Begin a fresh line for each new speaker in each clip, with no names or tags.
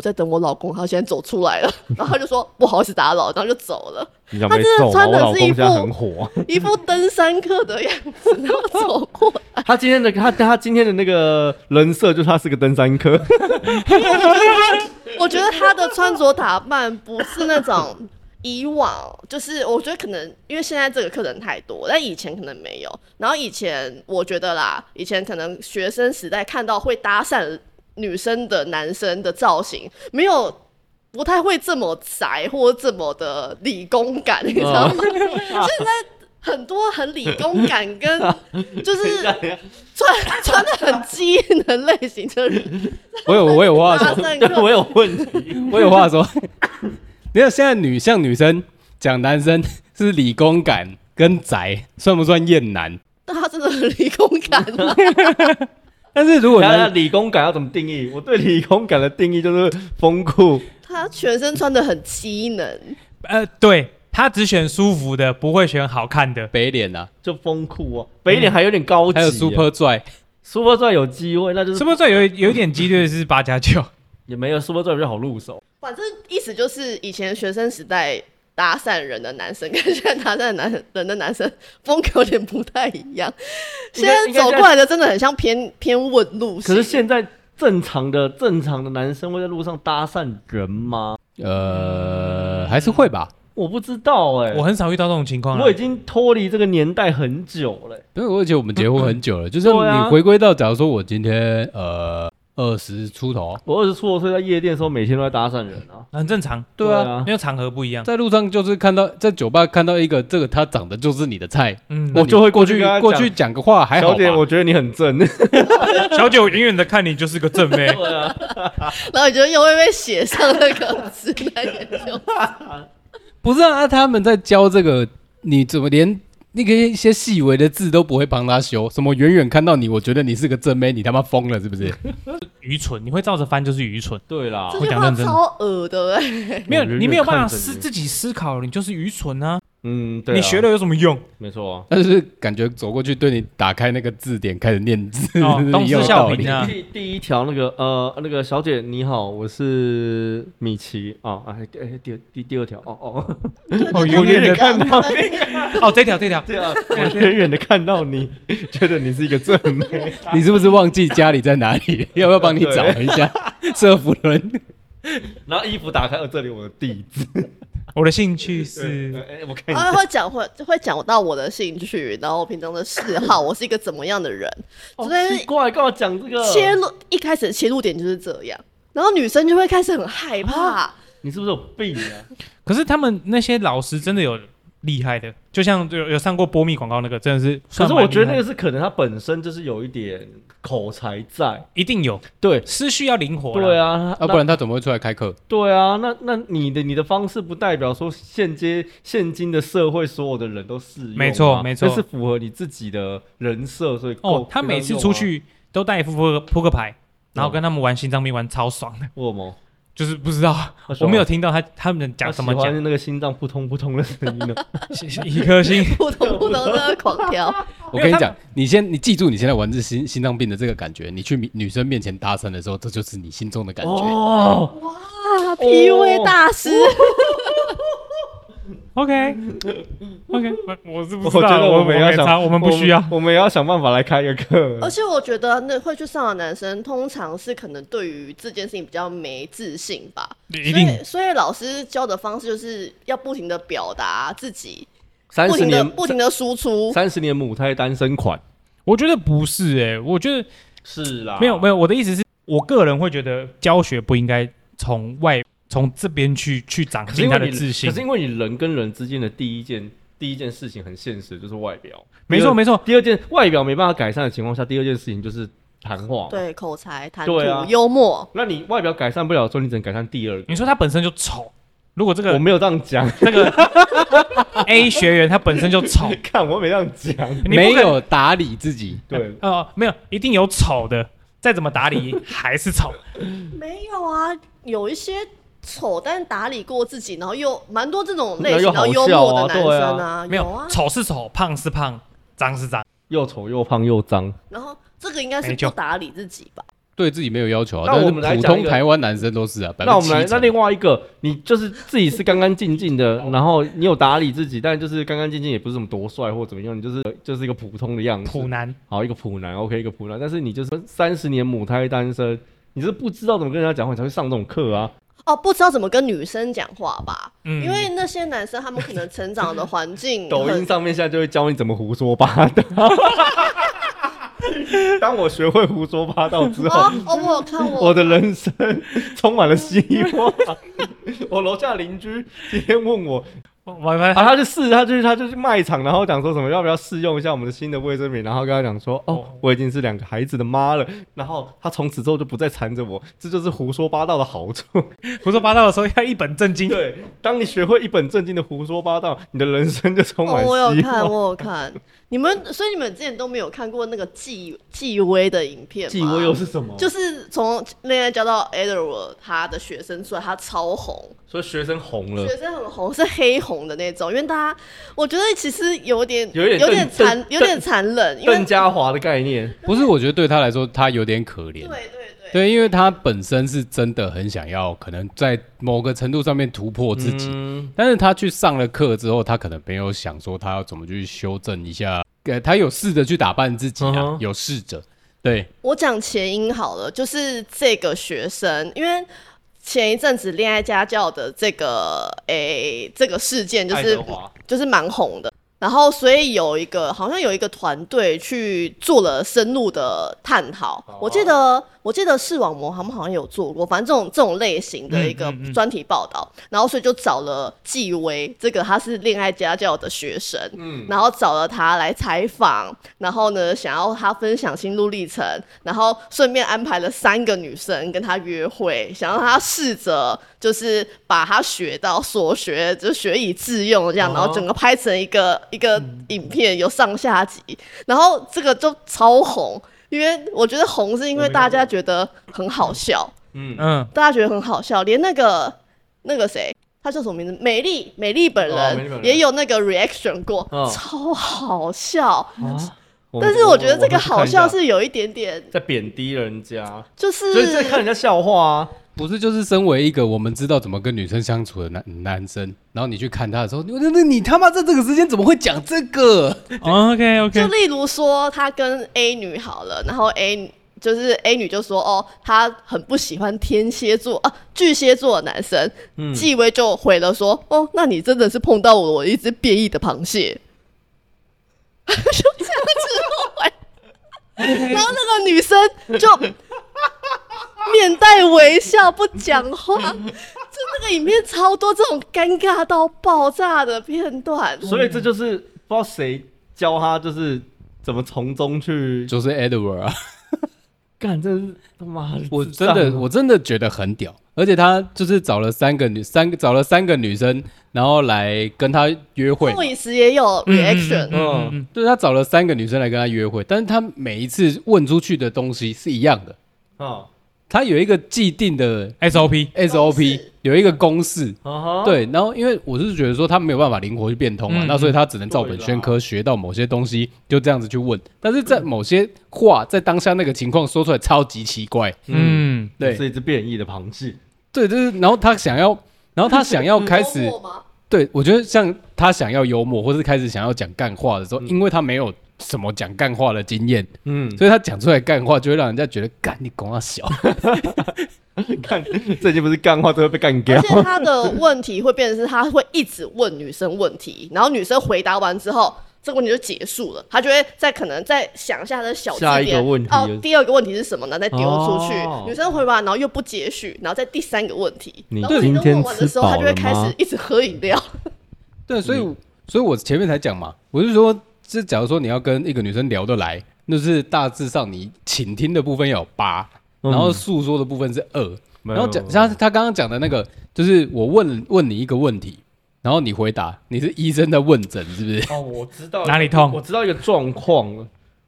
在等我老公，他现在走出来了， 然后他就说不好意思打扰，然后就走了，
你讲
他
没
真的
错嘛，
穿
我
的
老
是
公
一
现在
副
很火。
一副登山客的样子，然后走过来。
他今天的他他今天的那个人设就是他是个登山客，
我觉得他的穿着打扮不是那种以往，就是我觉得可能因为现在这个客人太多，但以前可能没有。然后以前我觉得啦，以前可能学生时代看到会搭讪女生的男生的造型，没有。不太会这么宅或这么的理工感，你知道吗？现在很多很理工感跟就是穿穿的很机能类型的人，
我有我有话
搭
说，
讪
对
客
我有问题。
我有话说。你看现在女像女生讲男生是理工感跟宅，算不算厌男？
但他真的很理工感、啊，
但是如果
那
男
理工感要怎么定义？我对理工感的定义就是风酷，
他全身穿的很机能，
呃，对他只选舒服的，不会选好看的。啊
北脸啊，
就风酷哦。北脸还有点高级
还
耶、
有 Super Dry，
Super Dry 有机会，那就是
什么最有有一点激烈的是八加九，
也没有 Super Dry 比较好入手。
反正意思就是以前学生时代搭讪人的男生跟现在搭讪男人的男生风格有点不太一样，
应
现
该
在走过来的真的很像偏偏问路
可
型，
是现在正常的正常的男生会在路上搭讪人吗？
呃，还是会吧。
我不知道哎、
我很少遇到这种情况啊
我已。经脱离这个年代很久了欸、
对，而且我们结婚很久了，就是
对啊
你回归到，假如说我今天呃二十出头，
我二十出头岁在夜店的时候，每天都在搭讪人啊。
很正常，
对啊，
因为场合不一样。
在路上就是看到在酒吧看到一个这个他长得就是你的菜，
嗯，
我就会过去
跟他
过
讲
去讲个话，还好
小
吧？
姐，我觉得你很正。
小九远远的看你就是个正 妹，
啊
然后你就又会被写上那个直男研 究。
不是啊，他们在教这个，你怎么连那个一些细微的字都不会帮他修？什么远远看到你，我觉得你是个正妹，你他妈疯了是不 是？
愚蠢，你会照着翻就是愚蠢，
对啦
这
我
句
讲
话
认真的
超恶的、欸，
哎没有
我觉得
你没有办法
看着
思
你
自己思考，你就是愚蠢啊！
嗯，对、啊，
你学了有什么用？
没错啊、
但是感觉走过去对你打开那个字典开始念字，
哦
是
东施
有
效
道
颦
理。
啊！
第第一条那个呃那个小姐你好，我是米奇哦，哎哎第二第第二条哦哦，
哦，
我远远 看到你，
哦，这条这条，
对啊，我远远的看到你，觉得你是一个正妹，
你是不是忘记家里在哪里？要不要帮你找一下 社服 人？
然后衣服打开，哦这里我的地址，
我的兴趣
哎
是，
哎我看一
啊，
下，
会讲会会讲到我的兴趣，然后我平常的嗜好，我是一个怎么样的人，
哦
所以
奇怪，干嘛讲这个？
切入一开始的切入点就是这样，然后女生就会开始很害怕。
你是不是有病 啊？
可是他们那些老师真的有厉害的，就像有有上过波密广告那个，真的是
可
算
是
蛮厉害的。
我觉得那个是可能他本身就是有一点口才在，
一定有
对
思绪要灵活啦，
对啊，
啊，不然他怎么会出来开课？
对啊，那那你的你的方式不代表说现阶现今的社会所有的人都适用啊，
没错没错
这是符合你自己的人设，所以够
哦，他每次出，去都带一副扑克扑克牌，然后
啊嗯
跟他们玩心脏病玩超爽的，
我吗？
就是不知道
为什么
我没有听到他他们讲
他
什
喜
么讲，
欢那个心脏扑通扑通的声音 呢？
一颗星。
扑通扑通的狂跳，
我跟你
因为他
讲，你先你记住你现在玩这心心脏病的这个感觉，你去女女生面前搭讪的时候，这就是你心中的感觉。
哦，
啊！PUA 大师，
OK OK，我是不
我
知
觉
道，
得
我
们要
没差
想，
我们不需要。
我们也要想办法来开个课
而。且我觉得那会去上的男生，通常是可能对于这件事情比较没自信吧。
一定
所以，所以老师教的方式就是要不停的表达自己，
三
不
十
停的
年
不停的输出。
三十年母胎单身款
我觉得不是诶、我觉得
是啦
没有没有，我的意思是我个人会觉得教学不应该从外从这边去去长
可是
进
因
他
为
的
你
自信
可是。因为你人跟人之间的第一件第一件事情很现实，就是外表。
没错没错，
第二件外表没办法改善的情况下，第二件事情就是谈话。，
对口才、谈吐、
对啊
幽默，
那你外表改善不了的时候，你只能改善第二个。
你说他本身就丑，如果这
我
个
没有这样讲，
这个 A 学员他本身就丑，
看我没这样讲。
你不
没
可能
有打理自己，
对，
呃没有，一定有丑的，再怎么打理还是丑。
没有啊，有一些丑但打理过自己，然后又蛮多这种类型，
那又
然后
好
幽
笑
默
啊
的男
对啊
生啊，
没
啊
有，丑是丑，胖是胖，脏是脏。
又丑又胖又脏，
然后这个应该是
哎
没救
不打理自己吧。
对自己没有要求啊，
那
但
我
是
们来
普
讲
通
一个
台湾男生都是啊，百
那
分
我
之
们来，
七
那
成。
另外一个，你就是自己是干干净净的，然后你有打理自己，但就是干干净净，也不是什么多帅或怎么样，你就是就是一个普通的样子。
普男，
好，一个普男，OK，一个普男，但是你就是三十年母胎单身，你是不知道怎么跟人家讲话，你才会上这种课啊。
哦，不知道怎么跟女生讲话吧？
嗯
因为那些男生他们可能成长的环 境，
抖音，上面现在就会教你怎么胡说八 道。当我学会胡说八道之后
哦，哦，我有看我
我的人生充满了希望。我楼下邻居今天问我，
我我
啊，他就试，他就是他就是卖场，然后讲说什么要不要试用一下我们的新的卫生棉，然后跟他讲说，哦
哦，
我已经是两个孩子的妈了，然后他从此之后就不再缠着我，这就是胡说八道的好处。
胡说八道的时候要一本正经，
对，当你学会一本正经的胡说八道，你的人生就充满
哦，
希
我
望。
有看，我有看。你们，所以你们之前都没有看过那个纪纪薇的影片吗？
纪薇又是什么？
就是从恋爱教到 Edward 他的学生出来，他超红，
所以学生红了
学，生很红，是黑红的那种。因为大家，我觉得其实有点
有点
有点
邓
残
邓，
有点残忍，因为
邓家华的概念。
不是，我觉得对他来说，他有点可
对。对
怜
对，
对，因为他本身是真的很想要，可能在某个程度上面突破自己，
嗯
但是他去上了课之后，他可能没有想说他要怎么去修正一下，呃，他有试着去打扮自己啊，
嗯哼
有试着，对，
我讲前因好了，就是这个学生，因为前一阵子恋爱家教的这个诶、这个事件，就
爱
是
德华
就是蛮红的。然后，所以有一个好像有一个团队去做了深入的探讨。
哦
我记得我记得视网膜他们好像有做过，反正这种这种类型的一个
嗯嗯嗯
专题报道。然后，所以就找了纪薇，这个他是恋爱家教的学生，
嗯
然后找了他来采访，然后呢，想要他分享心路历程，然后顺便安排了三个女生跟他约会，想让他试着就是把他学到所学就学以致用这样，
哦
然后整个拍成一个一个影片，有上下集，然后这个就超红。因为我觉得红是因为大家觉得很好笑，
嗯，
嗯，
大家觉得很好笑，连那个那个谁，他叫什么名字？美丽，美丽本
哦美丽
人
本人
也有那个 reaction 过，
嗯
超好笑。
啊
但是我觉得这个好笑
我
是有一点点，
在贬低人家，
就是
所以在看人家笑话啊。
不是就是身为一个我们知道怎么跟女生相处的男男生，然后你去看他的时候，那那你他妈在这个时间怎么会讲这个？
OK
就
OK，
例如说他跟 A 女好了，然后 A 就是 A 女就说哦，她很不喜欢天蝎座啊，巨蟹座的男生。
嗯，
纪薇就回了说哦，那你真的是碰到我一只变异的螃蟹。 就这样子回，然后那个女生就面带微笑不讲话，就那个影片超多这种尴尬到爆炸的片段。
所以这就是不知道谁教他，就是怎么从中去
就是 Edward 啊，
干，这是他妈的智障啊，
我真的我真的觉得很屌，而且他就是找了三个女三个找了三个女生，然后来跟他约会。
宋雨时也有 reaction，、
嗯嗯嗯，
对他找了三个女生来跟他约会，但是他每一次问出去的东西是一样的，
啊
他有一个既定的
SOP，
SOP，有一个公哦式。
啊哈，
对，然后因为我是觉得说他没有办法灵活去变通嘛，
嗯
那所以他只能照本宣科学到某些东西，就这样子去问。但是在某些话在当下那个情况说出来超级奇怪，
嗯，
对
是一只变异的螃蟹，
对，就是然后他想要，然后他想要开始
幽，默吗
对我觉得像他想要幽默，或是开始想要讲干话的时候，
嗯
因为他没有什么讲干话的经验，
嗯，
所以他讲出来干话就会让人家觉得干你拱他小，
看这已经不是干话，都会被干掉
而。且他的问题会变成是，他会一直问女生问题，然后女生回答完之后，这个问题就结束了。他就会再可能再想一下他的小字典
下一个问题
哦，第二个问题是什么呢？再丢出去。
哦
女生回答，然后又不接续，然后再第三个问题。
你
然后女生问完的时候，他就会
今
开
天吃饱了吗
始一直喝饮料。
对，所以我嗯所以我前面才讲嘛，我是说，这假如说你要跟一个女生聊得来，那就是大致上你倾听的部分要有八，
嗯
然后诉说的部分是二，
没有
然后讲像他刚刚讲的那个，就是我问问你一个问题，然后你回答，你是医生在问诊是不是？
哦，我知道
哪里痛
我知道一个状况了。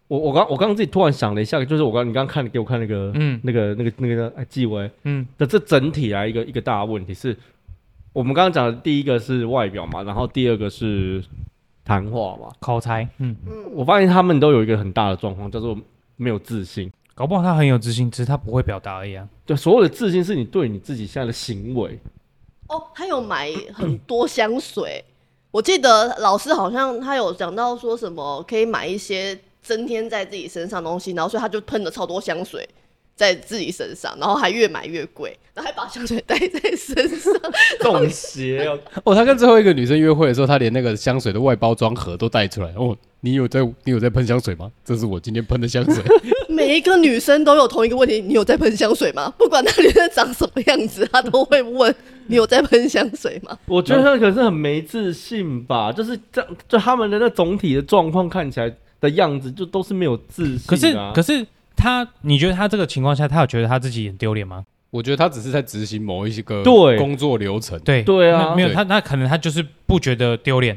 我我刚我刚刚自己突然想了一下，就是我刚你刚刚看给我看那个
嗯
那个那个那个哎纪委，
嗯
那这整体来一个一个大问题是，我们刚刚讲的第一个是外表嘛，然后第二个是谈话嘛。
口才，嗯，
我发现他们都有一个很大的状况，叫做没有自信。
搞不好他很有自信，只是他不会表达而已啊。
对，所有的自信是你对你自己现在的行为，
哦，他有买很多香水，我记得老师好像他有讲到说什么可以买一些增添在自己身上的东西，然后所以他就喷了超多香水在自己身上，然后还越买越贵，然后还把香水带在身上。
这种邪哦，
哦，他跟最后一个女生约会的时候，他连那个香水的外包装盒都带出来。哦，你有在你有在喷香水吗？这是我今天喷的香 水。
每一个女生都有同一个问题：你有在喷香水吗？不管那女生长什么样子，她都会问你有在喷香水吗？
我觉得他可能是很没自信吧，就是这样，就他们的那总体的状况看起来的样子，就都是没有自
可是
信啊。
可
是
是他，你觉得他这个情况下，他有觉得他自己很丢脸吗？
我觉得他只是在执行某一些个
对
工作流程。
对
对啊
那没有
对
他，那可能他就是不觉得丢脸，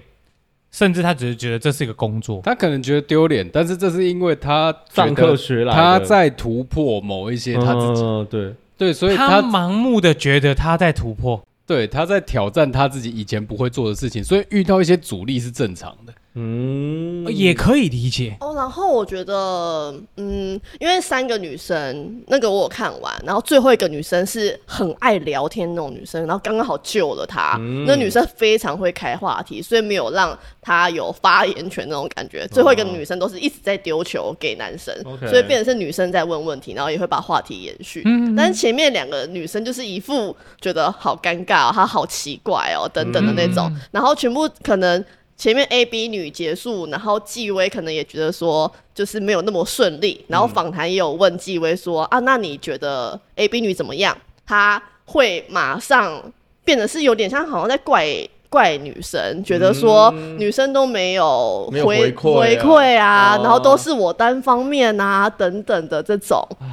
甚至他只是觉得这是一个工作。
他可能觉得丢脸，但是这是因为他觉
上
得
课学来的，
他在突破某一些他自己、
嗯对，
对，所以他
他盲目的觉得他在突破，
对他在挑战他自己以前不会做的事情，所以遇到一些阻力是正常的。哎
嗯，
也可以理解。
哦，然后我觉得，嗯，因为三个女生，那个我有看完，然后最后一个女生是很爱聊天那种女生，然后刚刚好救了她。那女生非常会开话题，所以没有让她有发言权那种感觉。最后一个女生都是一直在丢球给男生，
OK
所以变成是女生在问问题，然后也会把话题延续。但是前面两个女生就是一副觉得好尴尬、哦，她好奇怪哦等等的那种，然后全部可能前面 A、B 女结束，然后纪薇可能也觉得说就是没有那么顺
嗯
利，然后访谈也有问纪薇说、啊，那你觉得 A、B 女怎么样？她会马上变得是有点像好像在怪怪女生，觉得说女生都没有
嗯没有回馈啊
回馈啊，
哦
然后都是我单方面啊等等的这种。
嗯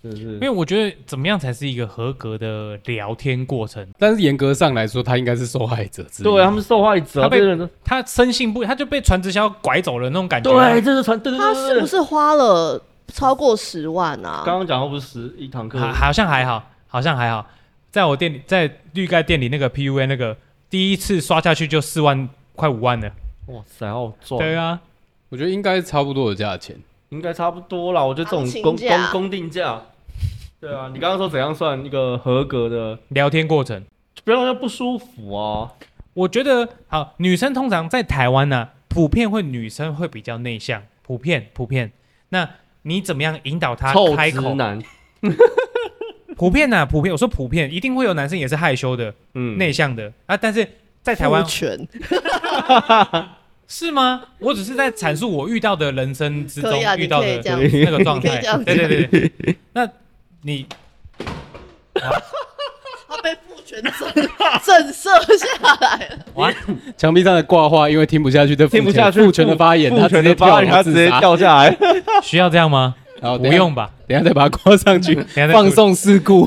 真的是
因为我觉得怎么样才是一个合格的聊天过程？
但是严格上来说，他应该是受害者之一。
对啊，他们是受害者啊，
他被
这些人都
他深信不，他就被传直销拐走了那种感觉啊、
对，这是传对对
她
对
是不
对对。
是花了超过十万啊？
刚刚讲过不是十一堂课
好，好像还好，好像还好。在我店里，在绿盖店里那个 PUA 那个，第一次刷下去就四万快五万了。
哇塞，好赚，
对啊，
我觉得应该是差不多的价钱。
应该差不多啦。我觉得这种
行情
公
价
公公定价，对啊，你刚刚说怎样算一个合格的，
聊天过程，
不要让他不舒服啊。
我觉得好，女生通常在台湾呢、普遍会女生会比较内向，普遍普遍。那你怎么样引导她
臭
开
直
口？
男，
普遍呐、普遍，我说普遍，一定会有男生也是害羞的、
嗯，
内向的啊。但是在台湾
父权
是吗？我只是在阐述我遇到的人生之中
可以啊
遇到
你可以
的
这样
子
那个状
你可
态
以这样。子
对对对对，那你
他被父权震 震慑下来了。
墙壁上的挂画，因为听不下去，这
听不下去，
父权的发言，
父
他
权
直
的
接
发
跳
言，他
楼
直
自
接
杀。
跳下来。
需要这样吗？
然后
不
等一下
用，吧，
等一下再把它挂上去，
等一下再
放送事故。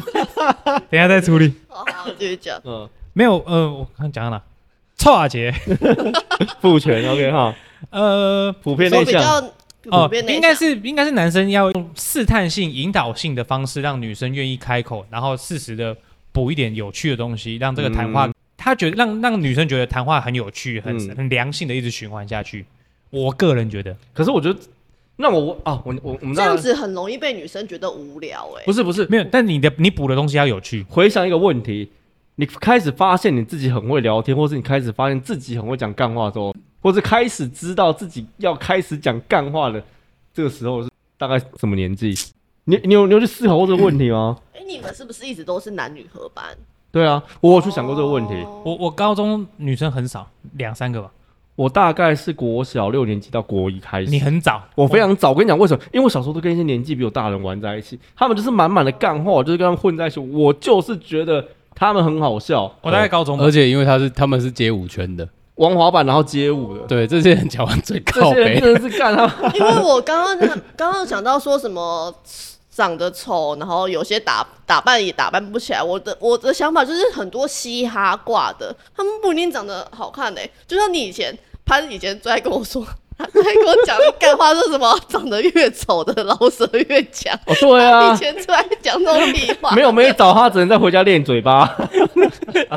等一下再处理。
好好，继续讲。
嗯，
没有，呃，我刚讲到啊哪？臭阿杰，
父权 OK 哈，
呃，
普遍
说
内
比
向，
较普
哦
遍，内
应该
向，
是应该是男生要用试探性、引导性的方式，让女生愿意开口，然后适时的补一点有趣的东西，让这个谈话，
嗯
他觉得让让女生觉得谈话很有趣、很、
嗯
很良性的，一直循环下去。我个人觉得，
可是我觉得，那我啊，我我我们
这样
样
子很容易被女生觉得无聊哎、
不是不是，
没有，但你的你补的东西要有趣。
回想一个问题，你开始发现你自己很会聊天，或是你开始发现自己很会讲干话之后，或是开始知道自己要开始讲干话的这个时候是大概什么年纪？你你有你有去思考过这个问题 吗？
哎、你们是不是一直都是男女合班？哦
对啊，我有去想过这个问题。
我我高中女生很少，两三个吧。
我大概是国小六年级到国一开始，
你很早，
我非常早，我跟你讲为什么？因为我小时候都跟一些年纪比我大的人玩在一起，他们就是满满的干话，我就是跟他们混在一起。我就是觉得他们很好笑，
我大概高中吧
而且因为他是他们是街舞圈的，
玩滑板然后街舞的，
对这些人讲完最
这
靠
些人
北。
真的是干他们。
因为我刚刚 刚刚讲到说什么长得丑，然后有些打打扮也打扮不起来。我的我的想法就是很多嘻哈挂的，他们不一定长得好看嘞、就像你以前潘以前最爱跟我说。 他最爱跟我讲的干话是什么？长得越丑的老舌越强。
哦，对
他
啊
以，前最爱讲这种屁话，
没有没找他，只能再回家练嘴巴。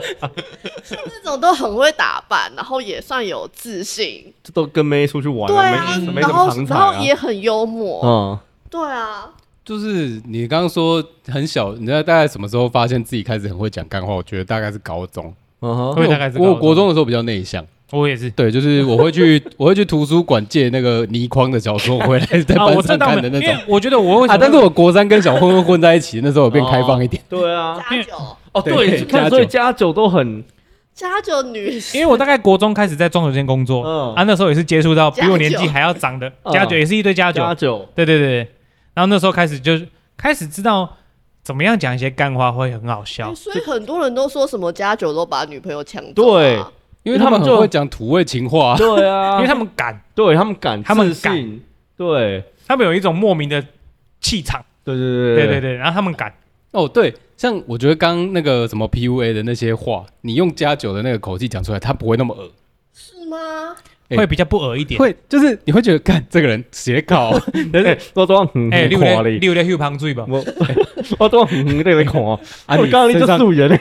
那种都很会打扮，然后也算有自信，
这都跟妹出去玩
对
了，
啊
没，没
然
什么
后
常才
然后
啊。
也很幽默，
嗯，
对啊，
就是你刚刚说很小，你知道大概什么时候发现自己开始很会讲干话？我觉得大概是高中，
嗯哼，
我也大概是高
我
中
我国中的时候比较内向，
我也是。
对，就是我会去 我会去图书馆借那个倪匡的小说回来在
啊，
班
我这
上
倒
看的
没有，
那
因
种
为我觉得我为什
啊，
么
但是我国三跟小混混混在一起，那时候我变开放一点，
对啊，
加九，
哦
对
对，你
加
看
酒
所以加酒都很
加九女生
因为我大概国中开始在中酒店工作，
嗯
啊，那时候也是接触到比我年
家
纪
酒
还要长的
嗯
家酒，也是一堆家酒，
加酒，
对对对对。然后那时候开始就是开始知道怎么样讲一些干话会很好笑
欸，
嗯
所以很多人都说什么加九都把女朋友抢走、啊，
对
因为他
他们
们很
就
会讲土味情话啊、
对啊，
因为他们敢，
对他们敢，
他们
自
敢
信，对
他们有一种莫名的气场，
对对
对
对
对对，然后他们敢，
哦，对，像我觉得刚刚那个什么 PUA 的那些话，你用加九的那个口气讲出来，他不会那么恶。
是吗？
哎
会比较不恶一点。
会就是你会觉得，干这个人 写稿，
对对，我都嗯很
哎，六
垮
六
嘞，
六六 Hugh 旁醉吧，
我我 都嗯很那个垮，我
啊，你
刚刚那
身
就
上
素颜嘞，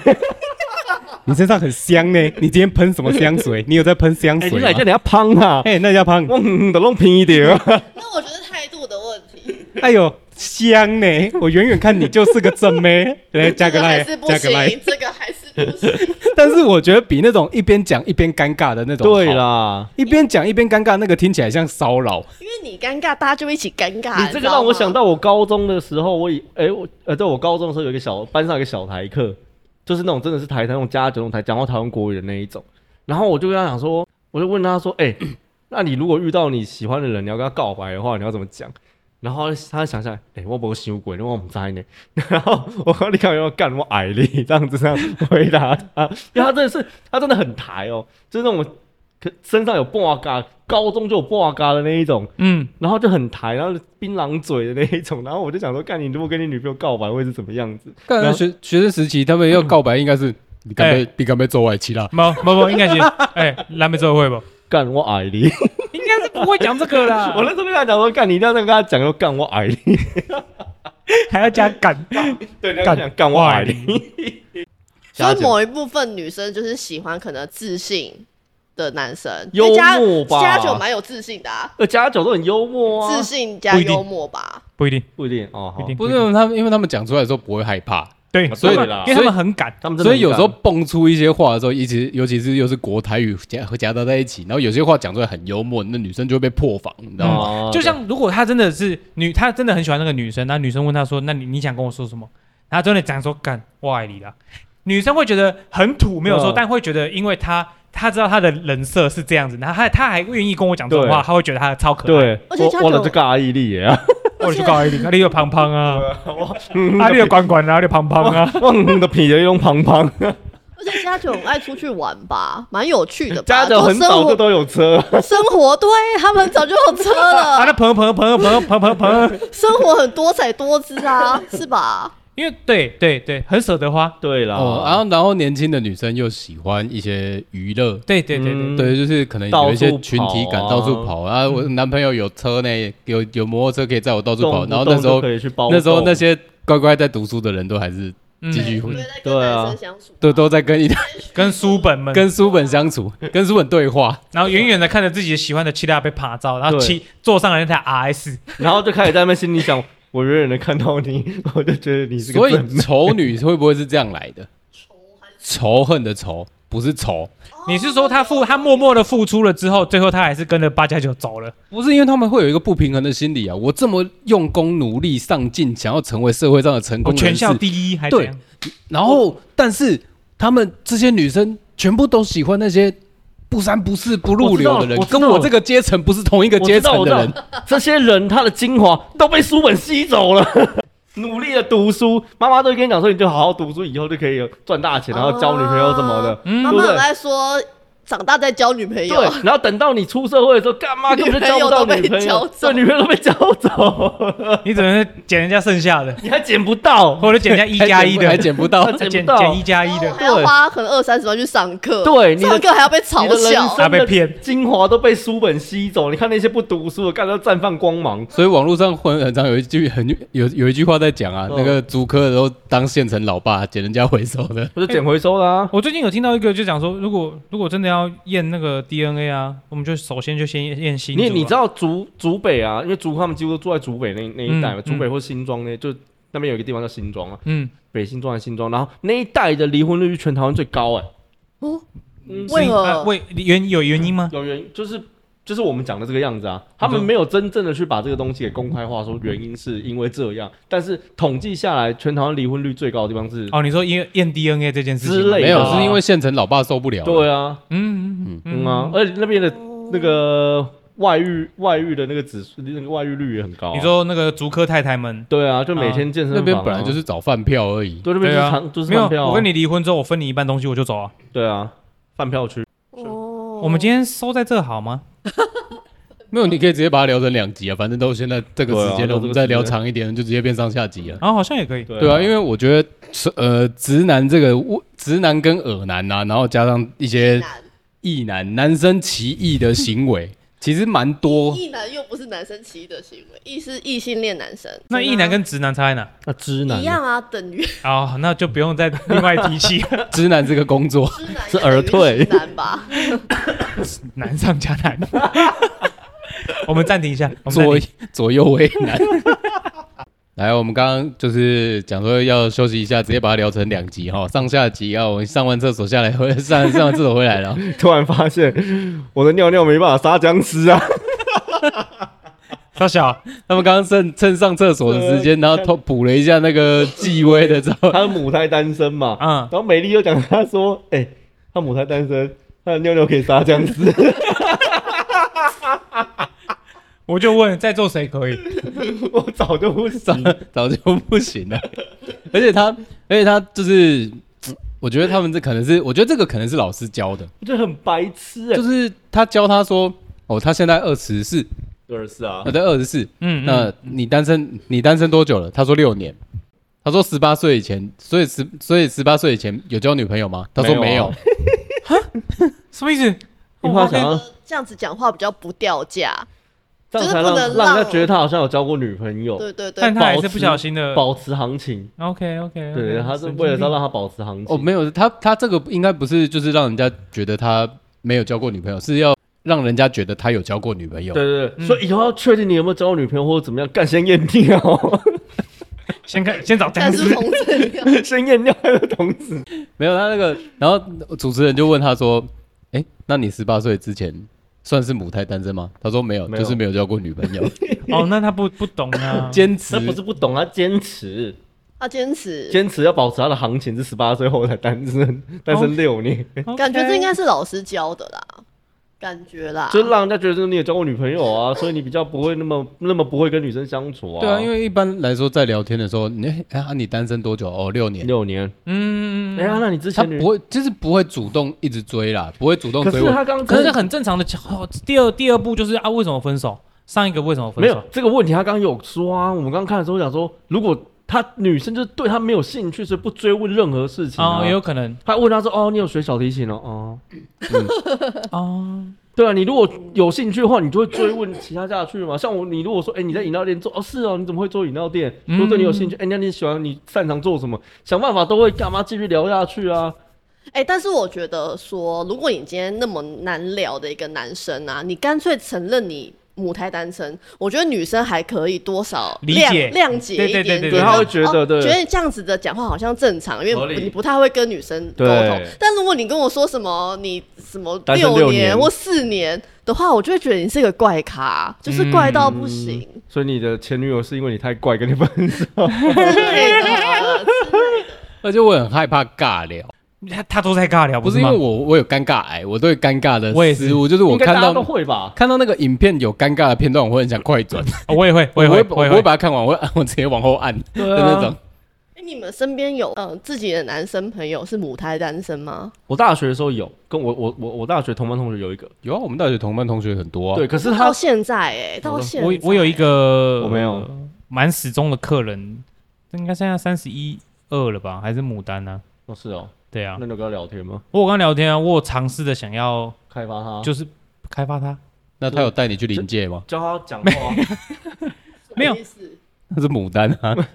你身上很 香呢，你今天喷什么香水？你有在喷香
哎，
水
你
吗
来？叫人家胖啊，
哎，那叫胖，
我嗯都弄平一点，啊
那我觉得态度的问题，
哎呦香呢！我远远看你就是个正妹， 来加个
这还
赖，
是不
加个赖。
行，这个还是不行。
但是我觉得比那种一边讲一边尴尬的那种，
对，啦，
一边讲一边尴尬那个听起来像骚扰。
因为你尴尬，大家就一起尴尬。
你这个让我想
到，
到我高中的时候，我以哎、我呃对我高中的时候有一个小班上有一个小台课，就是那种真的是台台那种家九那种台讲到台湾国语的那一种，然后我就跟他讲说，我就问他说，哎、 那你如果遇到你喜欢的人，你要跟他告白的话，你要怎么讲？然后他想想，哎、我不修鬼，我不在呢。 然后我你看要干我矮力这样子这样回答他，因为他真的是他真的很台哦，就是那种可身上有半嘎，高中就有半嘎的那一种，
嗯，
然后就很抬，然后槟榔嘴的那一种，然后我就想说，干你如果跟你女朋友告白会是怎么样子？
刚才学学生时期他们要告白应该是你敢
哎
被你敢被做外妻啦，
没没没，应该是哎，蓝莓做会不？
干我矮你！
应该是不会讲这个啦
我，那时候跟他讲说，干你一定要这样跟他讲，说干我矮 你，
还要加敢，
对，你要讲干我矮你。
所
加
以
减
某一部分女生就是喜欢可能自信的男生，
幽
因为加
默吧
加九蛮有自信的、啊，
呃，家酒都很幽默啊
自，信加
不一定
幽默吧。
不一定，
不一定哦，
不一
好
定，
不是他们，因为他们讲出来的时候不会害怕，
对，
所以
他们
啊啦
因为他们很敢，
他们真的
所以
很
有时候
敢
蹦出一些话的时候，一直尤其是又是国台语夹夹杂在一起，然后有些话讲出来很幽默，那女生就会被破防，你知道吗？
哦
就像如果他真的是女，他真的很喜欢那个女生，那女生问他说：“那你你想跟我说什么？”然后真的讲说：“干，我爱你啦。”女生会觉得很土，没有说，
嗯
但会觉得，因为他他知道他的人设是这样子，然后他他还愿意跟我讲这种话，
对
他会觉得他超可爱。
对，
而且家酒
我我的这个阿姨力 也啊，
我就告诉你，你有胖胖啊，啊，
阿
你有管管啊，你有胖胖 啊，
我的皮也用胖 胖，
而且加九很爱出去玩 吧，蛮有趣的吧。
家酒很早就
都
都有车，
生活生活，对他们很早就有车
啊，
了，
那朋友朋友朋友朋友朋友朋友，
生活很多彩多姿啊，是吧？
因为对对对，很舍得花，
对
哦，
啦，
然后然后年轻的女生又喜欢一些娱乐，
对对对对，
嗯
对，就是可能有一些群体感到
到
处
处嗯
跑啊。我男朋友有车呢，有有摩托车可以载我到处跑，
动
然后
不
那
动
时候
就可以去包
那时候那
栋
些乖乖在读书的人都还是
嗯
继续
对
会
对，在跟男生相处，
都都在跟一
跟书本们，
跟书本 相处，跟书本对话。
然后远远的看着自己喜欢的七大被爬照，然
对
后骑坐上了那台 RS，
然后就开始在那边心里想，我远远的看到你， 我就觉得你是个
所以
正妹
丑女会不会是这样来的？仇恨的仇不是仇，
哦
你是说他付他默默的付出了之后，最后他还是跟着八加九走了？
不是因为他们会有一个不平衡的心理啊！我这么用功、努力、上进，想要成为社会上的成
我
功
全
人士
校，第一还怎
对
样？
然后但是他们这些女生全部都喜欢那些不三不四、不入流的人，
我知道
跟
我知道
我这个阶层不是同一个阶层
我知
的
道我
人
知。道 这些人他的精华都被书本吸走了。 努力的读书，妈妈都会跟你讲说，你就好好读书，以后就可以有赚大钱，然后交女朋友什么的。
啊
嗯
妈
对
妈
不
很
对？
爱说长大再交女朋友，
对，然后等到你出社会的时候，干妈根本就交不到女
女朋友都被
朋
交
友，
走
对，女朋友都被交走，
你只能是捡人家剩下的，
你还捡不到。
或者捡人家 一
还
加
捡
一
不
的，
还捡不到
还，
捡
捡不到
捡一加一
然后
的，
还要
对
花可能二三十万去上课，
对你的
上课还要被嘲
你的人
笑，
啊
生
被
的
骗
精华都被书本吸走。你看那些不读书的，干都绽放光芒。
所以网络上很很常有一句很有有一句话在讲啊，
嗯
那个租客都当县城老爸捡人家回收的，
我就捡回收啦、
我最近有听到一个就讲说，如果如果真的要要验那个 DNA 啊，我们就首先就先验验啊新
你你知
道
道竹竹北啊，因为竹他们几乎都住在竹北那那一带嘛，
嗯
竹北或新庄呢，就那边有一个地方叫新庄啊，
嗯，
北新庄还是新庄，然后那一带的离婚率是全台湾最高哎、
哦，
嗯
为何
啊为原有原因吗？
有原因就是就是我们讲的这个样子啊，他们没有真正的去把这个东西给公开化，说原因是因为这样，但是统计下来，全台湾离婚率最高的地方是，
哦，你说验验 DNA 这件事情吗
之类对的
没有，
啊
是因为县城老爸受不了。
对，啊，
嗯嗯
嗯啊，，而且那边的
哦
那个外遇外遇的那个指数，那个外遇率也很高、啊
你说那个竹科太太们
对啊，就每天健身房啊、
那边本来就是找饭票而已。
对那边
对
就是
啊
长、就是
没有
饭票、，啊，
我跟你离婚之后，我分你一半东西我就走啊。
对啊，饭票区。
哦
我们今天收在这好吗？
没有，你可以直接把它聊成两集啊，反正都现在这个时
对
间
啊
了，我
都这个时间
们再聊长一点，就直接变上下集了。
然后好像也可以，
对
对啊，因为我觉得呃，直男这个直男跟耳男呐、啊，然后加上一些
男
异男男生奇异的行为，其实蛮多。
异男又不是男生奇异的行为，异是异性恋男生，
那异男跟直男差在哪？
那直男
一样啊，等于
哦，那就不用再另外提 起
直男这个工作，
直男
是耳退
啊也等于直男 吧？
难上加难。 我们暂停一下，我们暂
左
停
左右为难。来，我们刚刚就是讲说要休息一下，直接把它聊成两集哈，上下集啊。我们上完厕所下来， 回上上完厕所回来了，
突然发现我的尿尿没办法杀僵尸啊！
小小，
他们刚刚趁趁上厕所的时间，然后偷补了一下那个纪威的照。
他母胎单身嘛，
嗯
然，后美丽又讲他说，哎、他母胎单身，他的尿尿可以杀僵尸。
我就问在座谁可以？
我早就不
早
行。
早就不行了。而且他，而且他就是，我觉得他们这可能是，我觉得这个可能是老师教的，
我觉得很白痴哎、
就是他教他说，哦，他现在二十四，
就是啊
我，在二十四，
嗯，
那你单身，你单身多久了？他说六年。他说十八岁以前，所以十所以十八岁以前有交女朋友吗？他说
没
没
有
有
啊，
什么意思？哦
你话想
我
要
觉得这样子讲话比较不掉价，
这样才
就是
让
不能让
让人家觉得他好像有交过女朋友，
对对对
但，他还是不小心的。
保持行情。
OK OK，
对，他是为了要让他保持行
哦，
情。
没有，他他这个应该不是就是让人家觉得他没有交过女朋友，是要让人家觉得他有交过女朋友
对。对对，
嗯
所以以后要确定你有没有交过女朋友或者怎么样，干先验尿，
先看先找僵
但
尸
是，从这样，
先验尿还有童子。
没有他那个，然后主持人就问他说：“哎、那你十八岁之前算是母胎单身吗？”他说：“没有，
没有
就是没有交过女 朋友，。
哦，那他不不懂啊
坚持
那。不是不懂，他坚持，
他坚持，
坚持要保持他的行情是十八岁后才单身，单身六年，
OK
感觉这应该是老师教的啦，感觉啦，
就让人家觉得你有交过女朋友啊，所以你比较不会那么那么不会跟女生相处”啊。
对啊，因为一般来说在聊天的时候，你哎、啊，你单身多久？哦，六年。
六年。
嗯，
哎呀，那你之
他
前女
不会，就是不会主动一直追啦，不会主动
可
追
是
我。
他刚
可是很正常的。哦第二第二步就是啊，为什么分手？上一个为什么分
没
手？
有这个问题，他刚刚有说啊，我们刚看的时候想说，如果他女生就是对他没有兴趣，所以不追问任何事情啊。
哦，也有可能
他问他说：“哦，你有学小提琴哦？”哦，
哦，
对啊，你如果有兴趣的话，你就会追问其他家去嘛。像我，你如果说，哎、你在饮料店做，哦，是哦，你怎么会做饮料店？
嗯
如果对你有兴趣，哎、那你喜欢你擅长做什么？想办法都会干嘛继续聊下去啊？
哎、但是我觉得说，如果你今天那么难聊的一个男生啊，你干脆承认你母胎单身，我觉得女生还可以多少
理
谅
解
谅解
对
一
对
点点，
对对
对
就
他会
是
觉得
哦
对
觉得这样子的讲话好像正常，因
合
为
理
你不太会跟女生沟通
对。
但如果你跟我说什么你什么
单身六年
年或四年的话，我就会觉得你是个怪咖，就是怪到
嗯
不 行，
所以你的前女友是因为你太怪跟你分手，
之类的。
而且我很害怕尬聊，
啊
他他都在尬聊，
不是
是
因
吗
为？我我有尴尬癌，我对尴尬的
我也是
失误，就是我
应该大
看
家都
到
会吧？
看到那个影片有尴尬的片段，我会很想快转，
哦我也会，我
我
也会，
不
我
我
也
不会
会。
把它看完，我会 我直接往后按的
对啊
那种。。
哎你们身边有嗯、呃自己的男生朋友是母胎单身吗？
我大学的时候有跟我我我我大学同班同学有一个，
有啊，我们大学同班同学很多啊。
对，可是他
到现在哎、到现在
我我有一个
我没有
呃蛮始终的客人，应该现在三十一二了吧？还是牡丹呢？
哦是哦，
对啊
那，你有跟他聊天吗？
我有跟他聊天啊，我有尝试的想要
开发他，
就是开发他，
那他有带你去临界吗？
教他讲话，
什么
没有
意思
那是牡丹啊，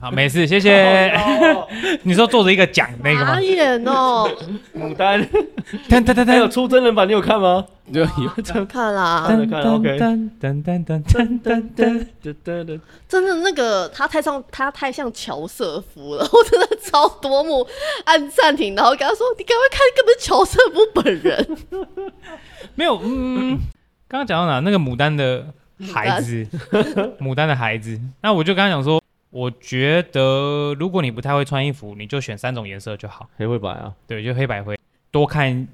好，没事，谢谢。
哦
哦
你说坐着一个讲那个吗
傻？眼哦，
牡丹，
噔噔噔
哎
还有
噔
出真人版，你有看吗？
就有
看啦，
看了看了，OK
噔噔噔噔噔噔噔。
真的那个他太像他太像乔瑟夫了， 我真的超夺目，按暂停，然后跟他说你赶快看，根本是乔瑟夫本 人，
没有，嗯，刚刚讲到哪？那个牡丹的孩子， 牡丹的孩子。那我就刚刚讲说，我觉得如果你不太会穿衣服，你就选三种颜色就好。
黑会白啊，
对，就黑白灰，多看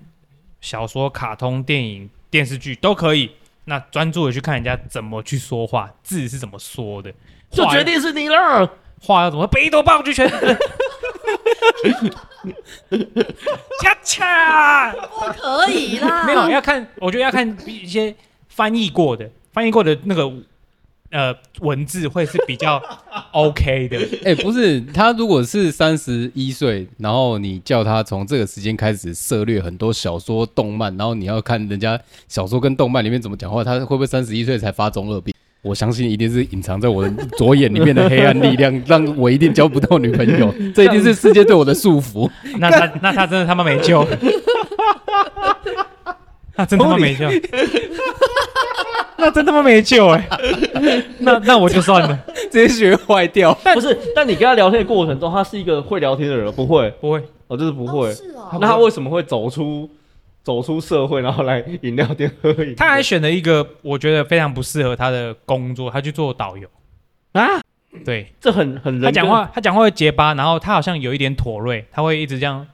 小说、卡通、电影、电视剧都可以。那专注的去看人家怎么去说话，字是怎么说的，
就
话
决定是你了。
话要怎么北斗棒球拳，恰恰。
不可以啦，
没有啊要看，我觉得要看一些翻译过的，翻译过的那个呃文字会是 比较 OK 的。
哎、不是他如果是三十一岁，然后你叫他从这个时间开始涉略很多小说、动漫，然后你要看人家小说跟动漫里面怎么讲话，他会不会三十一岁才发中二病？我相信一定是隐藏在我的左眼里面的黑暗力 量，让我一定交不到女朋 友。这一定是世界对我的束缚。
那他那他真的他妈没救， 那真他妈没救， 那真他妈没救哎、 那那我就算了，
这些学坏掉。
不是，但你跟他聊天的过程中，他是一个会聊天的人，不会，
不会，
哦，就是不
哦
会。
是哦，
那他为什么会走出走出社会，然后来饮料店喝饮料？
他还选了一个我觉得非常不适合他的工作，他去做导游。
啊，
对
这很很人
他
跟
讲话，他讲话会结巴，然后他好像有一点妥瑞，他会一直这样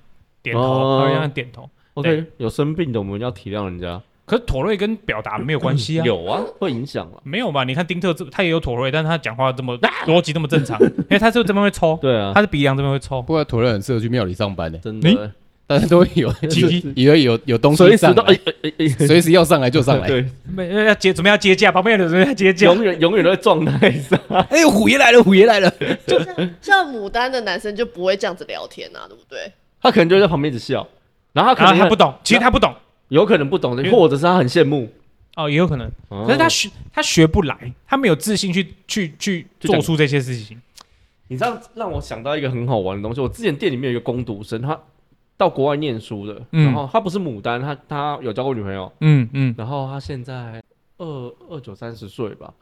点头，
哦
他会这样点头。
，OK，有生病的我们要体谅人家。
可是妥瑞跟表达没有关系啊，
有啊，会影响啊。
没有吧？你看丁特这他也有妥瑞，但是他讲话这么逻辑这么正常，因为他是这边会抽，
对啊
他，是鼻梁这边会抽，
不过土人很适合去庙里上班的，欸
真
你
的，
大家都会有，
几
就是
以为有有东
随
西
时
上
都哎
来，
哎哎哎，
随时要上来就上来。
对，
没要接准备要接驾，旁边有人准备要接驾，
永远永远都在状态上。
哎，虎爷来了，虎爷来了。
像像牡丹的男生就不会这样子聊天啊，对不对？
他可能就在旁边一直笑，然后他可
然后
能
啊他不懂，其实他不懂
有可能不懂的
因，为
或者是他很羡慕。
哦，也有可能，可是他学他学不来，他没有自信去去去
就讲
做出这些事情。
你知道让我想到一个很好玩的东西。我之前店里面有一个工读生，他到国外念书的，
嗯
然后他不是牡丹，他他有交过女朋友，
嗯嗯，
然后他现在二二九三十岁吧，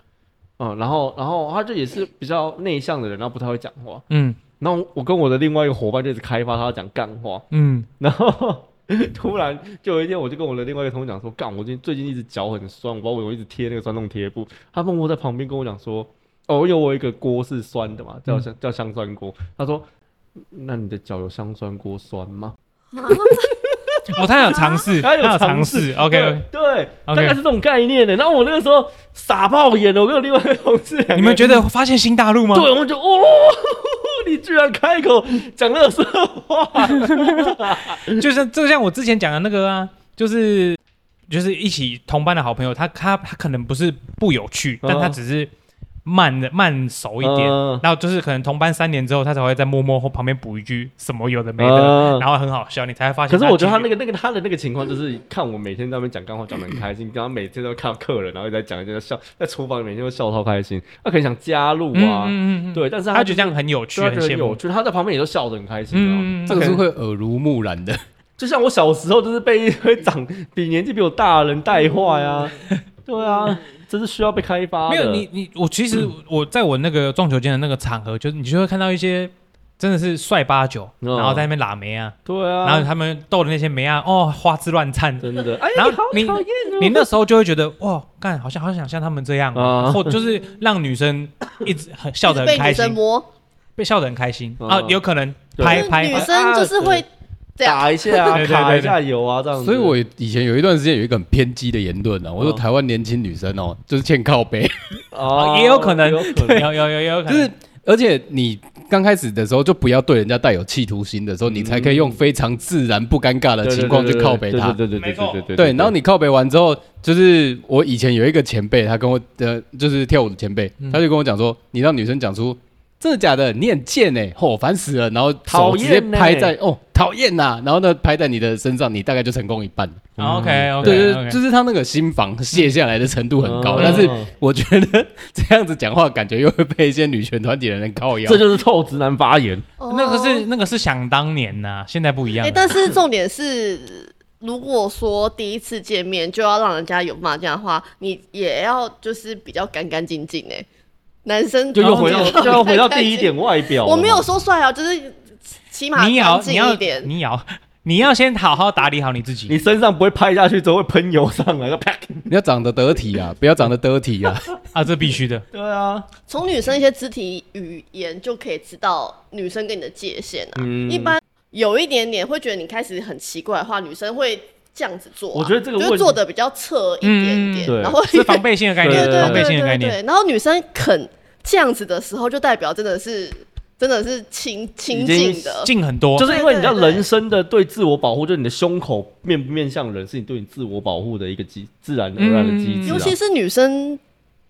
嗯，然后然后他就也是比较内向的人，然后不太会讲话。
嗯
然后我跟我的另外一个伙伴就一直开发他要讲干话，
嗯，
然后突然就有一天，我就跟我的另外一个同事讲说，干，我最近最近一直脚很酸，我不知道为什么一直贴那个酸痛贴布。他默默在旁边跟我讲说，哦，因为我有一个锅是酸的嘛，
嗯
叫香、叫香酸锅。他说，那你的脚有香酸锅酸吗？
哦，他有尝试，
他有
有
尝
尝试，OK，
对对，大
OK
概是这种概念的。然后我那个时候傻爆眼了，我跟我另外一个同事两个人，
你们觉得发现新大陆吗？
对，我们就哦。 你居然开口讲乐色话，
就像就像我之前讲的那个啊，就是就是一起同班的好朋友，他他他可能不是不有趣，
嗯
但他只是慢的慢熟一点。
嗯
然后就是可能同班三年之后，他才会在默默后旁边补一句什么有的没的，
嗯
然后很好笑，你才会发现。
可是我觉得他那
个，
个那个他的那个情况，就是看我每天在那边讲干话讲的很开 心，刚刚每天都看到客人，然后一直在讲一直在笑，在厨房里每天都笑得超开心，他可能想加入
嗯
啊，
嗯嗯嗯，
对，但是
他
他
觉得这样很有趣，
对他
很
觉得
羡
很有
慕。
趣，啊他在旁边也都笑得很开心啊。
嗯，嗯嗯
这个是会耳濡目染的。
就像我小时候，就是被一堆长比年纪比我大的人带坏 啊，对啊，这是需要被开发的。嗯
没有你你我其实我在我那个撞球间的那个场合，就是你就会看到一些真的是帅八九，
哦
然后在那边拉梅啊，
对
然后
啊，
他们逗的那些梅啊，哦，花枝乱颤。
真的，哎，
然后
你好讨厌哦
你那时候就会觉得，哇，干，好像好想像他们这样哦、
啊
或就是让女生一直很笑得
被
很
女
开
生
心，被
摸，
笑得很开心
嗯
啊，有可能
对
拍
就是
拍啊
女生就是会这样，
打一下啊，
对对对
卡一下油啊，这样子。
所以我以前有一段时间有一个很偏激的言论啊，我说
嗯
台湾年轻女生哦，就是欠靠 背，
哦
也有可能
有可能
有有有有可
就
能，
是而且你刚开始的时候就不要对人家带有企图心的时
嗯
候，你才可以用非常自然不尴尬的情况去靠背他。
对对
没
对对
错
对对
对，然后你靠背完之后，就是我
嗯
以前有一个前辈，他跟我呃，就是跳舞的前辈，他就跟我讲说，你让女生讲出真的假的？你很贱 哎、吼，烦死了！然后手
讨
直接
厌欸
拍在、哦，讨厌呐！然后呢，拍在你的身上，你大概就成功一半。
啊 OK OK，
对对，就是他那个心房卸下来的程度很高，但是
哦
我觉得这样子讲话，感觉又会被一些女权团体的人靠腰
这。就是臭直男发言。
啊那个是那个是想当年呐，现在不一
哦哎、
啊
样
诶
了。
但是重点是，如果说第一次见面就要让人家有骂这样的话，你也要就是比较干干净净哎。男生
就又回
然后
到
你要
就要回到第一点外表了嘛。
我没有说帅啊，就是起码
你也要
干
你
净
要
一点。
你也要你要先好好打理好你自己。
你身上不会拍下去之后会喷油上来，就啪。
你要长得得体啊，不要长得得体啊。
啊，这必须的。
对啊，
从女生一些肢体语言就可以知道女生跟你的界限啊。
嗯
一般有一点点会觉得你开始很奇怪的话，女生会这样子做啊、
我觉得这个
就是
问
做的比较侧一点
嗯
点，
对
然后
是防备性的概念，
对对
防备
对
性的概
对
念。
对，然后女生肯这样子的时候，就代表真的是真的是亲亲近的，
进很多，
就是因为你知道
对对对
人生的对自我保护，就是你的胸口面不面向人，是你对你自我保护的一个机自然而然的机制、啊。
尤其是女生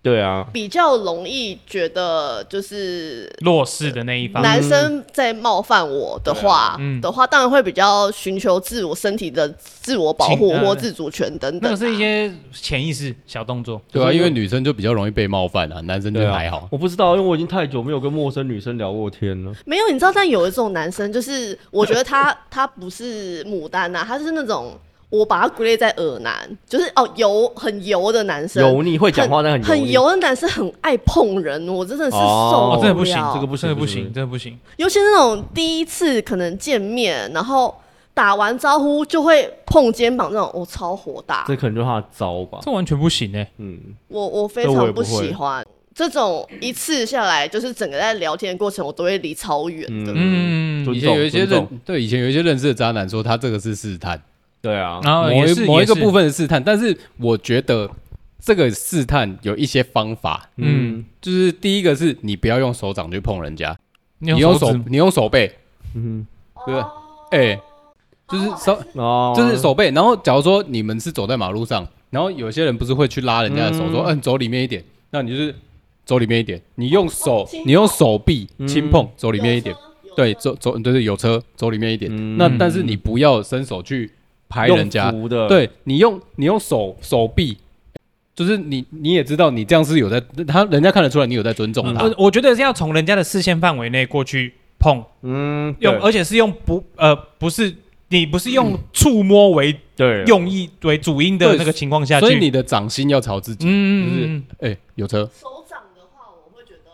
对啊，
比较容易觉得就是。
弱势的那一方。
男生在冒犯我的话、
嗯
的话，当然会比较寻求自我身体的自我保护
请呃
或自主权等啊
那
等、
个是一些潜意识小动作，
对
就
啊，
是
因为女生就比较容易被冒犯啊，男生就
对啊
还好。
我不知道，因为我已经太久没有跟陌生女生聊过天了。
没有，你知道，但有一种男生，就是我觉得他他不是牡丹啊呐、他是那种我把他归类在耳男，就是哦油很油的男生，
油腻会讲话，但很
很
腻。
油的男生很爱碰人，我真的是受
哦
不了。
真的不行
这个不行
真的不
不
行，
行
真的不行。
尤其是那种第一次可能见面，然后打完招呼就会碰肩膀那种，我、超火大，
这可能就是他的招吧。
这完全不行哎、
嗯，
我我非
这我
常
也不会
喜欢。这种一次下来，就是整个在聊天的过程，我都会离超远的。
嗯
尊
以前
重
有一些
尊
认
重
对以前有一些认识的渣男说他这个是试探，
对啊，
然后
某
哦也
一
是
某一个
也是
部分的试探，但是我觉得这个试探有一些方法，
嗯
就是第一个是你不要用手掌去碰人家，
你
你用
手
手
指
你用手背，
嗯，
对不对？哎，就是手
哦，
就是手背，然后假如说你们是走在马路上，然后有些人不是会去拉人家的手
嗯
说，嗯，走里面一点，那你就是走里面一点，你用手
哦轻
你用手臂
嗯
轻碰走里面一
有
点。
车，
对，走走，对对，有车走里面一点。
嗯
那但是你不要伸手去拍人家，
用扶的，，
对你用你用手手臂，就是你你也知道你这样是有在他人家看得出来你有在尊
嗯
重他。
我我觉得是要从人家的视线范围内过去碰，
嗯，对
用而且是用不呃不是你不是用触摸为
对
用意为主因的
嗯啊对
那个情况下去，
所以你的掌心要朝自己，就是
嗯嗯嗯
哎、有车，
手掌的话，我会觉得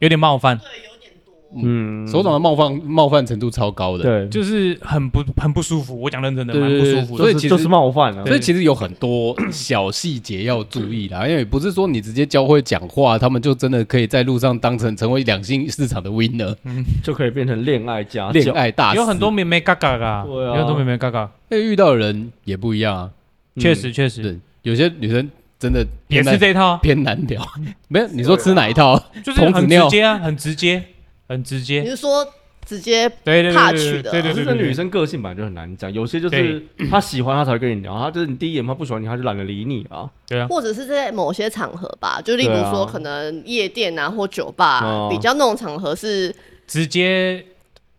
有点冒犯，
对有点多。
嗯
手掌的冒犯冒犯程度超高的。
对，
就是很不很不舒服。我讲认真的，蛮
对
不
对
舒
对
服的。
所以
就是
其实
就是冒犯啊，
所以其实有很多 小细节要注意啦，因为不是说你直接教会讲话，他们就真的可以在路上当成成为两性市场的 winner，
就可以变成恋爱家
恋
教。
爱大师。
嗯有很多妹妹嘎嘎嘎，
对啊
有很多妹妹嘎嘎，
哎遇到的人也不一样啊，
确实确实
对，有些女生真的
也
偏难
是这一套啊，
偏难 聊。没有，你说吃哪一套？
就是
童子
很
尿
直接啊，很直接，很直
你
接。
是说直接
对对对
怕
对
取
对
的啊
可
对对对
是
对
这
对，
女生个性本来就很难讲，有些就是 她喜欢她才会跟你聊，她就是你第一眼她不喜欢你，她就懒得理你啊。
或者是在某些场合吧，就例如
对啊
说可能夜店啊或酒吧、
哦
比较那种场合是，
直接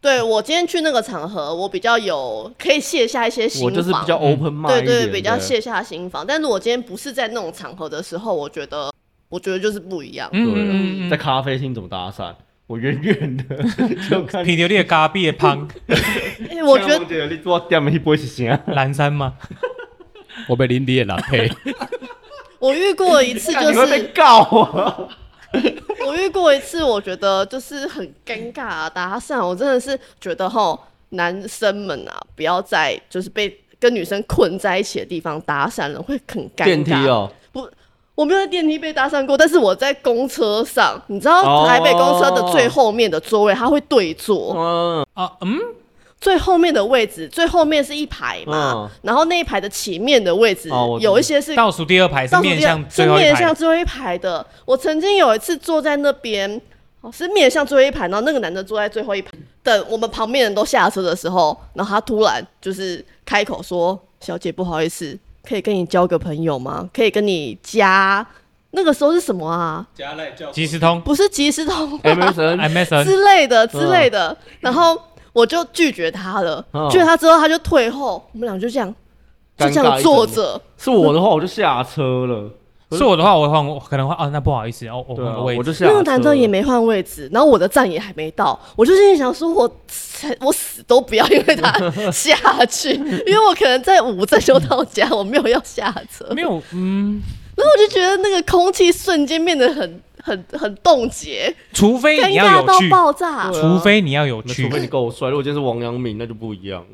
对我今天去那个场合，我比较有可以卸下一些心
我
防，
就是比较 open
嗯
mind，
对
一点
对，比较卸下心防。但如果今天不是在那种场合的时候，我觉得我觉得就是不一 样。
嗯嗯嗯嗯
在咖啡厅怎么搭讪？我远远 的就看，
嗯品流列嘎毕的胖
因哎为我觉得
得你做点一波是啥？
蓝山吗？
我被林迪也拉配，
我遇过一次，就
你会被
是
告啊！
我遇过一次，我觉得就是很尴尬啊，搭讪，我真的是觉得吼，男生们啊，不要在就是被跟女生困在一起的地方搭讪了，会很尴尬。
电梯哦，
我没有在电梯被搭讪过，但是我在公车上，你知道
哦
台北公车的最后面的座位，它会对坐，
嗯，
啊嗯，
最后面的位置，最后面是一排嘛，
嗯
然后那一排的前面的位置、
哦我知道
有一些是
倒数第二排是
倒数
面
第二
向，
是
最后一
面
排
向，最后一排的。我曾经有一次坐在那边，哦是面向最后一排，然后那个男的坐在最后一排。等我们旁边人都下车的时候，然后他突然就是开口说：“小姐，不好意思，可以跟你交个朋友吗？可以跟你加那个时候是什么啊？
加赖教
即时通
不是即时通
哎
吧
MSN，
MSN
之类的之类的，
嗯
然后我就拒绝他了。
嗯
拒绝他之后，他就退后，我们俩就这样就
尴
这
尬
样
一
坐
整
着。
是我的话我就下车了，
是我的话，我会换我可能会啊，那不好意思，哦，我
对
换
啊，
个位
我就
置。
下
那
车
个
了。
男的也没换位置，然后我的站也还没到，我就心里想说我， 才我死都不要因为他下 去，因为我可能在五镇就到家，我没有要下车。
没有，嗯，
然后我就觉得那个空气瞬间变得很很很冻结，
除非
尴
你要
尬
有
到
趣，
爆炸
对。啊
除非你要有
那
趣
除。非你够帅， 如果今天是王阳明，那就不一样。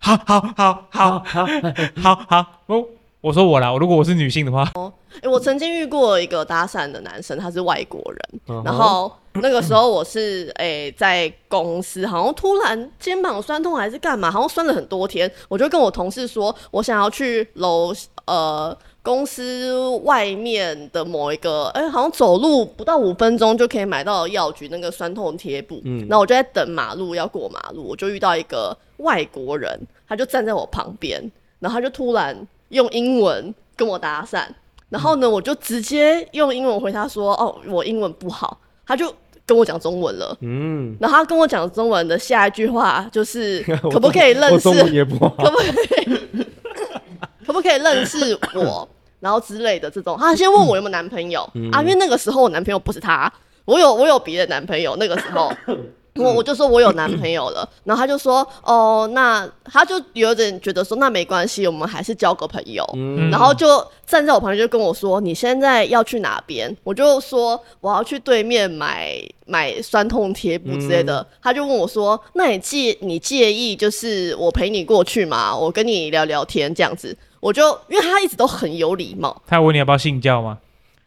好好好好好好，我我说我啦，如果我是女性的话，
诶欸我曾经遇过一个搭讪的男生，他是外国人，
嗯哼
然后那个时候我是诶、在公司，好像突然肩膀酸痛还是干嘛，好像酸了很多天，我就跟我同事说，我想要去楼呃公司外面的某一个，诶、好像走路不到五分钟就可以买到的药局那个酸痛贴布，
嗯
然后我就在等马路要过马路，我就遇到一个外国人，他就站在我旁边，然后他就突然用英文跟我搭讪。然后
嗯
呢，我就直接用英文回他说：“哦，我英文不好。”他就跟我讲中文了。
嗯，
然后他跟我讲中文的下一句话就是
：“ 我
可不可以认
我
识
中文也不好。
可不可以？可不可以认 识我？然后之类的这种，他先问我有没有男朋友、
嗯
啊，因为那个时候我男朋友不是他，我有我有别的男朋友，那个时 候。我我就说我有男朋友了，然后他就说哦，那他就有点觉得说那没关系，我们还是交个朋友。
嗯
然后就站在我旁边就跟我说你现在要去哪边？我就说我要去对面买买酸痛贴布之类的。
嗯
他就问我说：“那你介你介意就是我陪你过去吗？我跟你聊聊天这样子。”我就因为他一直都很有礼貌，
他问你要不要信教吗？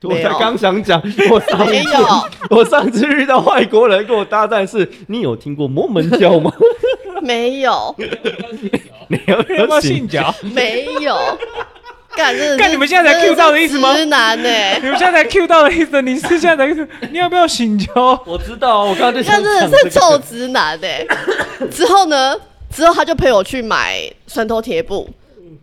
我
没有
才刚想讲，我上
没
次
有
我上次遇到外国人跟我搭讪是，你有听过摩门教 吗？
没有
你有没
要不
有
要
信
信？教？
没有，干真的是
干你们现在才
真
cue 到的意思吗
是直男欸呢、
你们现在才 Q 到了意思，你是现在才，你要不要信教？
我知道啊，我刚刚就想
那真
讲
的是
这
臭
个。
直男 哎、之后呢，之后他就陪我去买酸头贴布，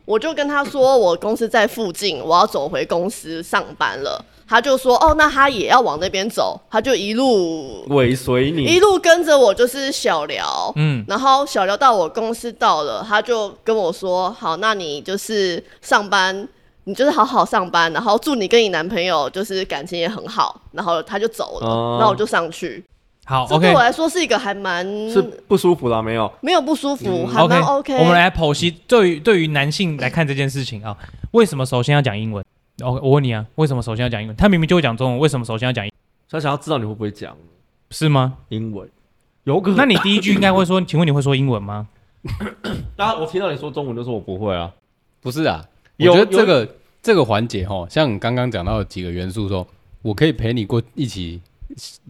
我就跟他说我公司在附近，我要走回公司上班了。他就说哦，那他也要往那边走，他就一路
尾随
一
你，
路跟着我，就是小聊。
嗯，
然后小聊到我公司到了，他就跟我说：“好，那你就是上班，你就是好好上班，然后祝你跟你男朋友就是感情也很好。”然后他就走了，
哦
然后我就上去。
好
这对
，OK
我。来说是一个还蛮
是不舒服啦，没有？
没有不舒服，还
OK，
蛮 OK。
我们来剖析对于对于男性来看这件事情啊，为什么首先要讲英文？OK，我问你啊，为什么首先要讲英文？他明明就会讲中文，为什么首先要讲英
他想要知道你会不会讲
是吗？
英文，有可能。
那你第一句应该会说，请问你会说英文吗？
大家，我听到你说中文就说我不会啊。
不是啊，我
有
觉得这个这个环节哈，像你刚刚讲到几个元素说，我可以陪你过一起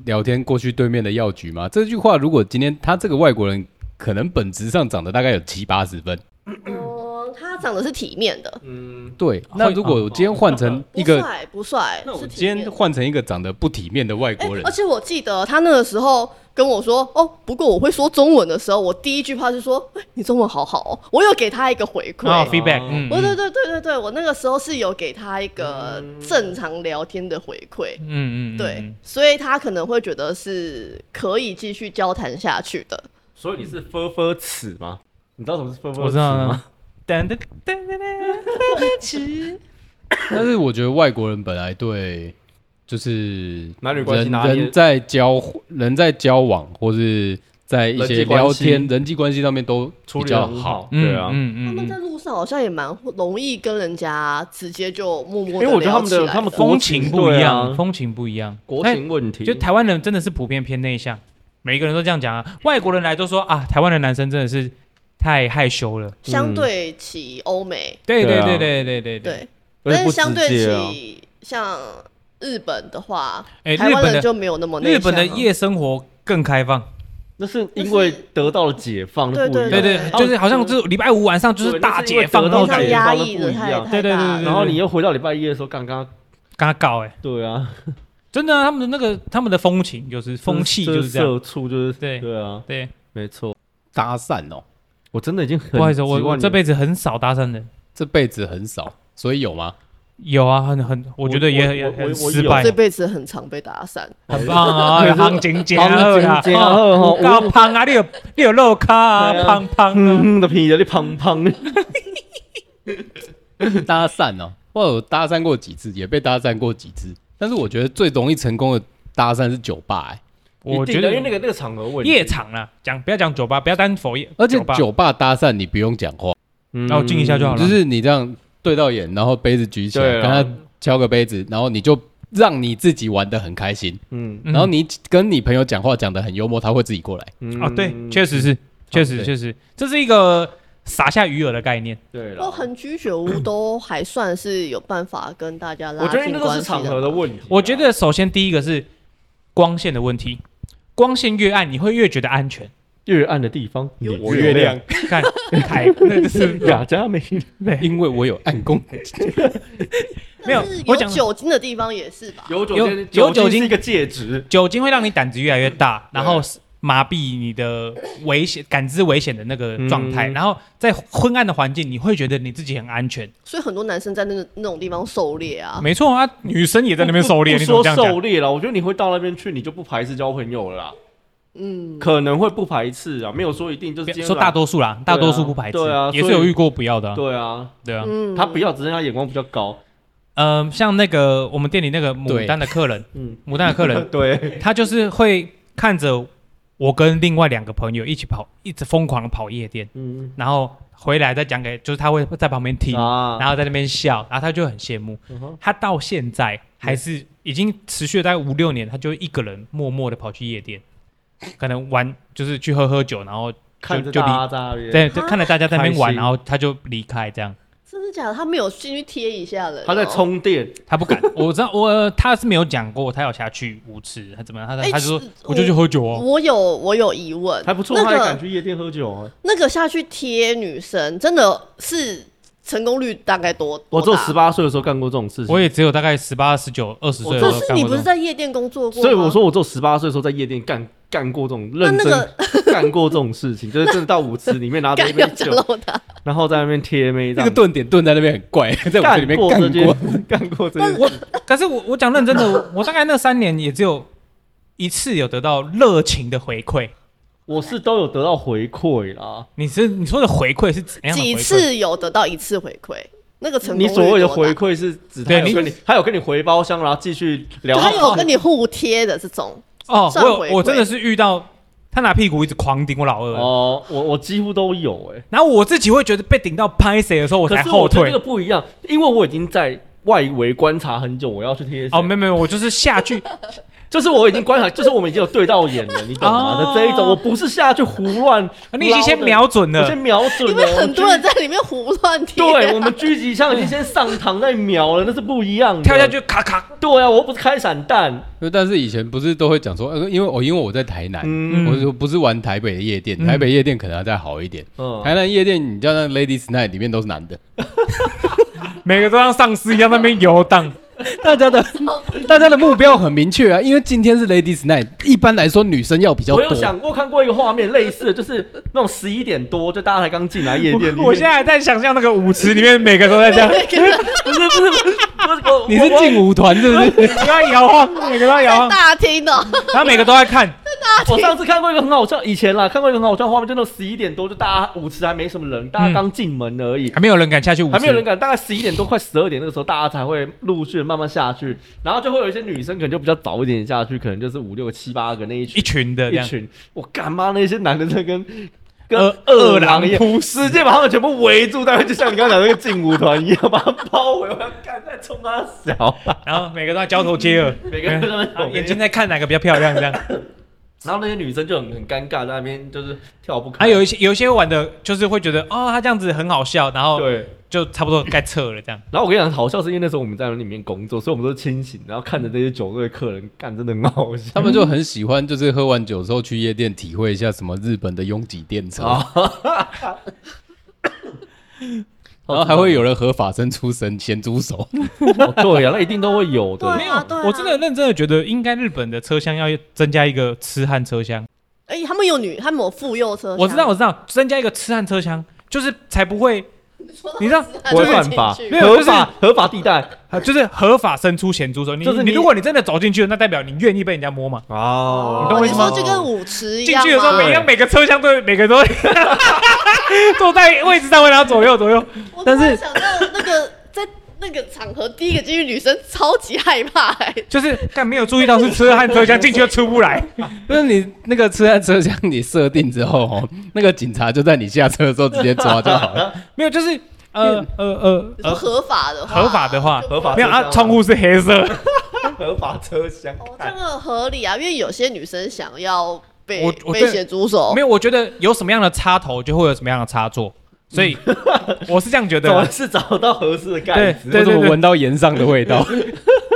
聊天过去对面的药局吗？这句话如果今天他这个外国人可能本质上长得大概有七八十分，
哦，他长得是体面的，
嗯，
对。那如果我
哦
今天换成
不
一个，
帅不帅，
那我
是体
今
面
天
的。
换成一个长得不体面的外
哎
国人
而，且我记得他那个时候跟我说：“哦，不过我会说中文的时候，我第一句话是说，哎，你中文好好哦。”我有给他一个回馈。
哦，feedback，
哦
嗯，
啊我对
嗯
对对对对，我那个时候是有给他一个正常聊天的回馈，
嗯嗯，
对，所以他可能会觉得是可以继续交谈下去的。
所以你是 f 分尺吗？你知道什么是 f 分
我
尺
知道
吗
啊？噔噔噔噔噔，
但是我觉得外国人本来对就是
男女关系拿
人
捏
人在交人在交往或是在一
人际
些
关
聊
系
天人际关系上面都
处
比
理的
较
很
好
好，，
嗯
对啊。
他
嗯
们
嗯
在
嗯，
路上好像也蛮容易跟人家直接就默默
因
地
为我觉得他
聊
们
起来
的
的
他们
风情不一
对
样，
啊
风情不一样，
国
但
情问题，
就台湾人真的是普遍偏内向，每一个人都这样讲啊。外国人来都说啊，台湾的男生真的是太害羞了。
嗯
相对起欧美，
对
对
对
啊
对对对对对。
对，
而
但
且不
是
直
相对
接啊
起像日本的话，
哎，
台
日
湾
本
人
的
就没有那么内
日
向
本的
啊
夜生活更开放，
那是因为得到了解放，那不一样
对
对对
对，就是好像就是礼拜五晚上就是
哦对
大
那是因为
解放
得
那
到
平
种
常
感
解
觉，
压
放
抑
都不
的
一
太
样
太大
对
了。
然后你又回到礼拜一的时候，刚刚
跟他搞哎，
对啊，
真的啊，他们的那个他们的风情就是风气就是这样。
社畜就是
对
对啊，
对，
没错，
搭讪哦，
我真的已经很
不好意思，我
习
我
惯
这
你
辈子很少搭讪的，
这辈子很少，所以有吗？
有啊，很很，我觉得也也
我我
很
我我
失
有
败
这，辈子很常被打散，
很棒啊，行情啊加二啦，
行情啊哦加好吼
够胖啊，你有你有肉卡
对
啊，
啊
胖胖啊，
嗯的皮的，你胖胖。
搭讪哦，我有搭讪过几次，也被搭讪过几次，但是我觉得最容易成功的搭讪是酒吧、欸，
我
一定
觉
的
得
因为那个那个场合问题
夜，场啦，讲不要讲酒吧，不要单否夜，
而且
吧
酒吧搭讪你不用讲话，
嗯
然后静一下就好了
就是你这样对到眼，然后杯子举起来，
对
跟
啊
他敲个杯子，然后你就让你自己玩的很开心，
嗯
嗯
然后你跟你朋友讲话讲的很幽默，他会自己过来。
嗯
啊，对，确实是，确实
对
确实，这是一个撒下鱼饵的概念，
对啊了
都。很居酒屋都还算是有办法跟大家
我
拉
觉得
近
那都
关
是
系
场合的问题啊。
我觉得首先第一个是光线的问题，光线越暗，你会越觉得安全。
越暗的地方，我
月亮，
看，凯，那个是
雅加美。
对，
因为我有暗功，
没有
但是
我
有
讲
酒精的地方也是吧？
有酒
有
精，
有酒
酒
精
是一个戒指。
酒精会让你胆子越来越大，然后麻痹你的危险感知危险的那个状态，
嗯
然后在昏暗的环境，你会觉得你自己很安全。
所以很多男生在那那种地方狩猎啊，
没错啊，女生也在那边狩猎，
不不
你怎
说
么这样讲
狩？猎了，我觉得你会到那边去，你就不排斥交朋友了啦，
嗯，
可能会不排斥啊，没有说一定就是
不
今天
要说大多数啦，大多数不排斥，
对啊
也是
所以
有遇过不要的啊、
对啊，
对啊。
嗯
他不要，只是他眼光比较高，
嗯、像那个我们店里那个牡丹的客人，
嗯，
牡丹的客 人，
对，
他就是会看着我跟另外两个朋友一起跑，一直疯狂地跑夜店，
嗯
然后回来再讲给，就是他会在旁边听，
啊，
然后在那边笑，然后他就很羡慕。
嗯哼
他到现在还是已经持续了大概五六年，他就一个人默默的跑去夜店，可能玩就是去喝喝酒，然后
看着
就
大
离
家在那边，
在在看着大家在那边玩，
开心
然后他就离开这样。
真的假的？他没有进去贴一下人哦，
他在充电，
他 不敢，我知道我他是没有讲过他有下去舞池，他怎么样，他
哎
他就
其
说
实
我就去喝酒哦。
我有我有疑问，
还不错，
那
他还敢
个
去夜店喝酒哦，
那个下去贴女生，真的是成功率大概多？
我只
做
有十，八岁的时候干过这种事情
我，也只有大概十八、十九、二十岁的时
可
候
是
干
你
过
不
这
是
种。
在夜店工作过？
所 以我，说我只有十八岁的时候在夜店干干过这种认
那那
真干过这种事情，就是真的到舞池里面拿着 一
干要
杯
讲
酒，
到他，
然后在那边贴妹这样
那个
子，
顿点顿在那边很怪， 在我这里面
过这
干过。
件干过这
但
件
是
事，
可是我我讲认真的，我我大概那三年也只有一次有得到热情的回馈。
我是都有得到回馈啦。
你是你说的回馈是怎样的回
几
馈？
次有得到一次回馈，那个成功率
你所谓的
多大
回，馈是指他
对
有
你
跟你，他有跟你回包厢，然后继续聊
就
到。
他有跟你互贴的这种，
哦，我
算回
有，我
馈
真的是遇到他拿屁股一直狂顶我老二，
哦，我我几乎都有哎、
然后我自己会觉得被顶到拍谁的时候，我
可
才
是我
后
觉得
退
这个。不一样，因为我已经在外围观察很久，我要去贴谁
哦，没有没有，我就是下 去，
就是我已经观察，就是我们已经有对到眼了，你懂吗？
哦，
的这一种，我不是下去胡乱
你已经先瞄准
啊我
了
先，瞄准
因
了，
为很多人
在。
在里面胡乱贴。啊
对我们狙击枪已经先上膛再瞄了，那是不一样的。
跳下，去咔咔，
对啊，我又不是开散弹，
就但是以前不是都会讲说，呃，因为我、因为我在台南，
嗯
我就不是玩台北的夜店，
嗯
台北夜店可能还再好一点。
嗯，
台南夜店，你叫那 Ladies Night 里面都是男的，
每个都像丧尸一样在那边游荡。
大家的大家的目标很明确啊，因为今天是 Ladies Night，一般来说女生要比较
我有
多。
想过看过一个画面，类似的就是 那种十一点多，就大家才刚进来夜店里面。
我现在还在想象那个舞池里面每个都在这样，
不是不是不是，我
你是
我
劲舞团是不 是？
每个都在摇晃，每个都在摇
在
晃，
大厅哦，
然后每个都在看。
我上次看过一个很好笑，以前啦看过一个很好笑的画面，就那种十一点多，就大家舞池还没什么人，大家刚进门而已。
还没有人敢下去舞池，
还没有人敢，大概十一点多快十二点那个时候，大家才会陆续地慢慢下去，然后就会有一些女生可能就比较早一点下去，可能就是五六个、七八个那一群
一群的这
一
样，呃
群，我干妈那些男的在跟跟
饿
饿狼一
饿
样，直接把他们全部围住，大概就像你刚才讲那个劲舞团一样，把他包围，我要干在冲他小，
然后每个都在交头接耳，
每个人都在那边
然后眼睛在看哪个比较漂亮这样。
然后那些女生就很很尴尬，在那边就是跳不开，
啊还有一些有一些玩的，就是会觉得哦，他这样子很好笑，然后
对。
就差不多该撤了这样。
然后我跟你讲，好笑是因为那时候我们在里面工作，所以我们都是清醒，然后看着这些酒醉的客人干，真的很好笑。
他们就很喜欢，就是喝完酒之后去夜店体会一下什么日本的拥挤电车，
啊
然后还会有人合法伸出神咸猪手。
哦 对呀、那一定都会有的。
对啊，对啊，
我真的，认真的觉得，应该日本的车厢要增加一个痴汉车厢。
哎，他们有女，他们有妇幼车厢，
我知道，我知道，增加一个痴汉车厢，就是才不会，你知道，
那
不会
就是
犯法
进去
没有
合法合法地带，
就是合法伸出咸猪手。你
就是你
你如果你真的走进去了，那代表你愿意被人家摸嘛？
哦，
你懂我
你
意思吗
说就跟舞池一
进
样
去的时候，
吗？
每一样每个车厢都有每个都 坐在位置上，然后左右左右。
我
但
突
是
然想到那个在那个场合，第一个进去女生超级害怕、欸，
就是但没有注意到是车和车厢进去又出不来，
就是你 那个车在车厢你设定之后，哦，那个警察就在你下车的时候直接抓就好了。
没有就是呃呃 呃
比如说
呃
合法的话，
合法的话
就
合法
没有啊，窗户是黑色，
合法车厢
哦，这
看
个合理啊，因为有些女生想要被
我我
被
对
咸猪手
没，有我觉得有什么样的插头就会有什么样的插座，所 以我是这样觉得
总
啦。
是找到合适的盖 子。
对
我怎么
对
闻到盐上的 味道？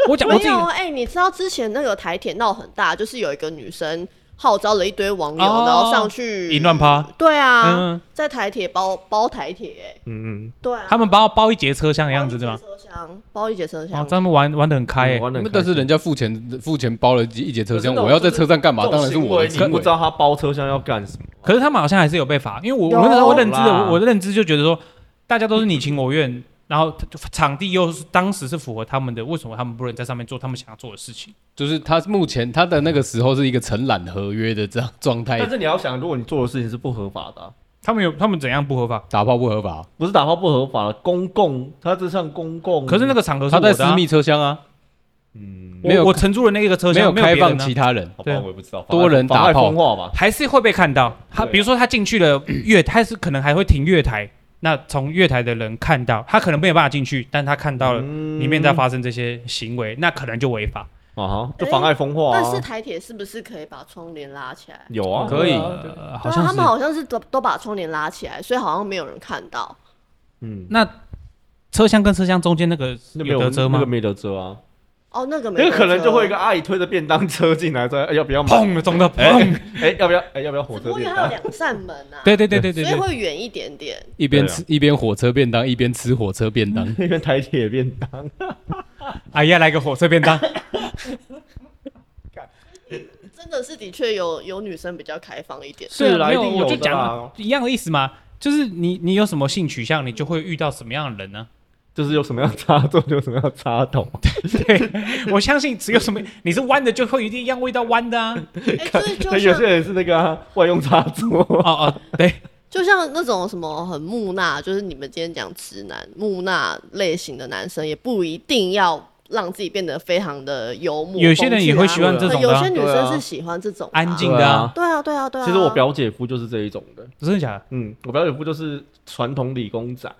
我讲我
没
自己
有哎、欸你知道之前那个台铁闹很大，就是有一个女生号召了一堆网友，
哦
然后上去
淫乱趴，
对啊，
嗯
在台铁包包台铁、欸，
嗯
对啊，
他们包包一节车厢的样子对吗？
包一节车厢，包一节车
哦
厢，，
他们玩玩的很开
嗯，
欸
玩得很开心
但是人家付钱付钱包了一节车厢，
可是那种
我要在车上干嘛？
这
当
种
然是
行
我
为
的
你
行
不
为
知。道他包车厢要干什么。
可是他们好像还是有被罚，因为我
有
我那时候认知的，
啦
我我的认知就觉得说，大家都是你情我愿， 然后他场地又是当时是符合他们的，为什么他们不能在上面做他们想要做的事情？
就是他目前他的那个时候是一个承揽合约的这样状态
但，是你要想，如果你做的事情是不合法的啊、
他们有他们怎样不合法？
打炮不合法，哦
不是打炮不合法了，公共，它这算公共。
嗯
可是那个场合是
他
我的、
在
啊，
私密车厢啊，
嗯，
我，
没有
我承住了那个车
没
厢，
有
没有
开
别人
放
啊
其他人。
好吧，
对
我也不知道，妨碍
多人打炮
妨碍风化吧。
还是会被看到。他
对啊
比如说他进去了月，他是可能还会停月台，那从月台的人看到，他可能没有办法进去，但他看到了
嗯
里面在发生这些行为，那可能就违法。
啊哈，就妨碍风
哦
化啊。
哎但是台铁是不是可以把窗帘拉起来？
有啊，
可以
呃好
对啊，
像
他
是
们。好像是都都把窗帘拉起来，所以好像没有人看到。
嗯，
那车厢跟车厢中间那个
那没
有
有
得遮
那
吗
个？没得遮啊，
哦，那个没
那
有
个可能
车
就会有一个阿姨推着便当车进来，说哎要不要买？
啊砰的中到
哎
砰。
哎，要不要？哎要不要火
只
车
不过因
便
为它有
当？
两扇门啊，
对对对对对
所以
对，
会远一点点。
一边
对啊
吃一边火车便当，一边吃火车便当。
那边台铁便当，
哎呀，来个火车便 当，
真的是的确有有女生比较开放一 点，
是啦
没
一
有
定有
我就
的
讲
啦
一样的意思嘛，就是你你有什么性取向，你就会遇到什么样的人呢、
就是有什么样的插座就有什么样的插头。
我相信只有什么 你是弯的，就会一定一样味道弯的啊。
哎、所以就
那有些
像
人是那个啊外用插座，
哦哦，对，
就像那种什么很木讷，就是你们今天讲直男木讷类型的男生，也不一定要让自己变得非常的幽默。
有些人也会
风
喜
趣啊
欢这
那
种的
有
啊、
些女
对啊
生是喜欢这种的啊、
安静的啊，
对啊，对啊，对啊。
其实我表姐夫就是这一种的。
真的假的？
嗯，我表姐夫就是传统理工仔，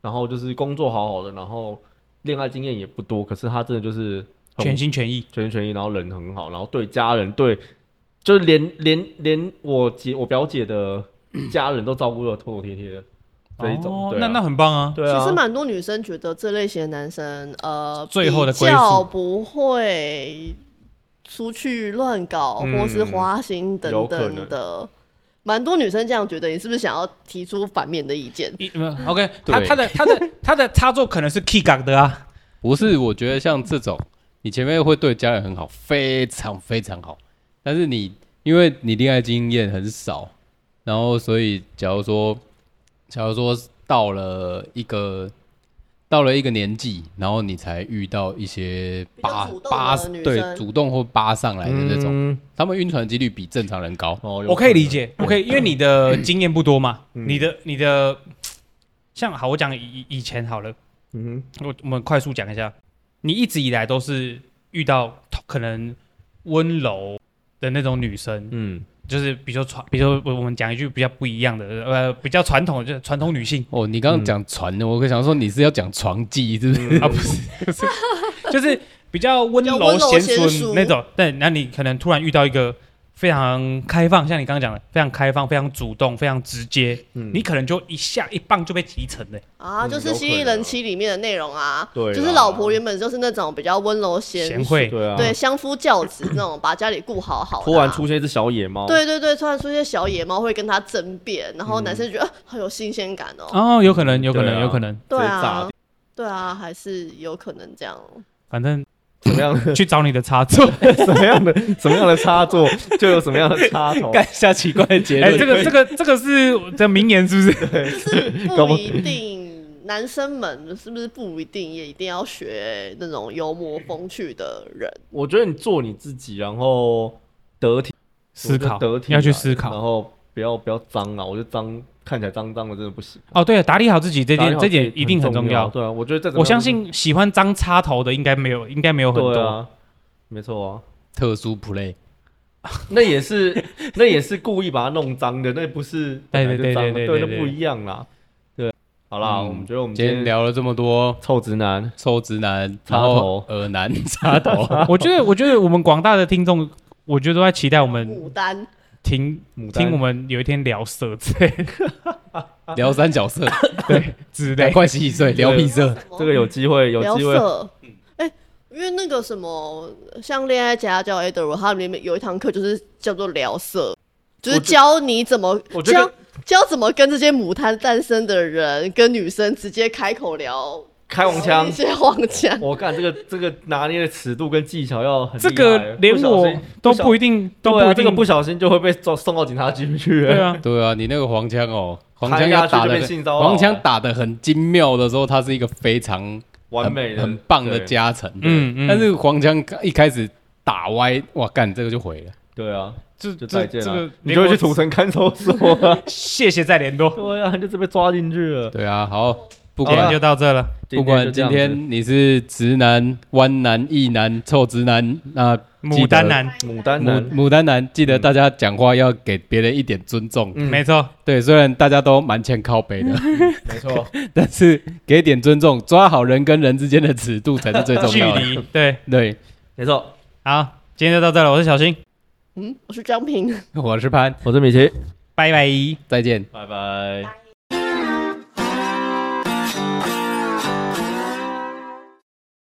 然后就是工作好好的，然后恋爱经验也不多，可是他真的就是很
全心全意，
全心全意，然后人很好，然后对家人对，就是连连连我姐我表姐 的家人都照顾的妥妥帖帖的这一种。
哦
对啊
那那很棒啊。
对啊，
其实蛮多女生觉得这类型的男生，呃，
最后的
比
归宿
较不会出去乱搞、
嗯
或是花心等等
有可
的。蛮多女生这样觉得，你是不是想要提出反面的意见？
一呃 OK，他
对
他的他的他的插座可能是 key 港的啊，
不是，我觉得像这种，你前面会对家人很好，非常非常好，但是你因为你恋爱经验很少，然后所以假如说，假如说到了一个到了一个年纪，然后你才遇到一些嗯
比较
扒
主动的
扒
女
对
生
主动或扒上来的那种，
嗯
他们晕船几率比正常人高。
哦，有
我可以
能
理解，我可以，因为你的经验不多嘛，
嗯
你的你的像好，我讲以以前好了，
嗯
我我们快速讲一下，你一直以来都是遇到可能温柔的那种女生，
嗯，
就是比较传，比如说我我们讲一句比较不一样的，呃，比较传统的，就是传统 女性
哦，你刚刚
嗯
讲船的，我想说你是要讲床技是不是？
啊，不是，不是，就是比较温
比较温
柔
柔
娴
娴
熟
熟
那种。对，那你可能突然遇到一个非常开放，像你刚刚讲的，非常开放、非常主动、非常直接，
嗯
你可能就一下一棒就被提成了。
啊，
嗯
就是
有
《
可
蜥蜴
能
人妻》里面的内容啊，
对
就是
啦
老婆原本就是那种比较温柔贤
贤惠
对啊，
对，相夫教子那种，把家里顾好好的啊。
突然出现一只小野猫，
对对对，突然出现小野猫会跟他争辩，然
嗯
后男生就觉得、啊好有新鲜感
啊
哦。
哦，有可能，有可
对
能，
啊
有可能，
对
直接炸
啊
掉，
对啊，还是有可能这样。
反正
怎么样的
去找你的插座。
什么样的什么样的 插座就有什么样的插头，
干下奇怪的结
哎，
论。
这个这个这个是我的名言是不是？
就是
搞不
不一定男生们是不是不一定也一定要学那种幽默风趣的人？
我觉得你做你自己，然后得体，
思考
我觉得得体啊
要去思
然
考。
后不要不要脏啊，我觉得脏看起来脏脏的真的不行。
哦，对了，打理好自己这
打理
点
好
这
自己
点一定很
很
重
要，
要。
对啊，我觉得这
我相信喜欢脏插头的应该没有，应该没有很
对
多。
啊，没错啊，
特殊 play，
那也是 那也是故意把它弄脏的，那不是本
对
来
对对
就脏的
对对
对，
对
那不一样啦。对，好啦，
嗯
我们觉得我们
今天聊了这么多
臭直男，
臭直男，
插
然后
头
耳男插头，
我觉得，我觉得我们广大的听众，我觉得都在期待我
嗯
们
牡丹，
听
牡丹
听我们有一天聊色之类的
聊三 角色，
对之
聊
类。
关系碎，聊屁色，
什么
这个有机会有
聊
机会
色，哎、因为那个什么，像恋爱家教 A 的我，他里面有一堂课就是叫做聊色，就是
我觉
教你怎么
我觉得
教教怎么跟这些母胎单身的人跟女生直接开口聊
开黄腔
一。些黄腔。
我看这个这个拿捏的尺度跟技巧要很厉害
这个连
不小
我
心
都
小
不一定，都
对
不
啊，
一
这个
定
不小心就会被送送到警察局去。
对，啊。
对啊，你那个黄腔哦，黄腔
拍
要
下去
打
就
的
变性骚扰
黄腔打的很精妙的时候，它是一个非常
完美的
很很棒的
对
加成。
嗯嗯
但是黄腔一开始打歪，哇干，这个就毁了。
对啊，
这
就
这
再见
这
了
个，，
你就会去土城看守所啊。
谢谢再联 络。
对啊，你就直被抓进去了。
对啊，好，不
不管
管
就到这了，
不管
就这
今
样子
天你是直男、弯男、异男、臭直男，那记
牡
得
丹男，
牡丹
牡
男，
牡丹男，记得大家讲话要给别人一点尊重。
嗯
没错，
对，虽然大家都蛮欠靠北的，
没错，
但是给点尊重，抓好人跟人之间的尺度才是最重
距
要的。
离对。
对，
没错。
好，今天就到这了，我是小新，
嗯，我是张平。
我是潘，
我是米奇，
拜拜。
再见。
拜拜。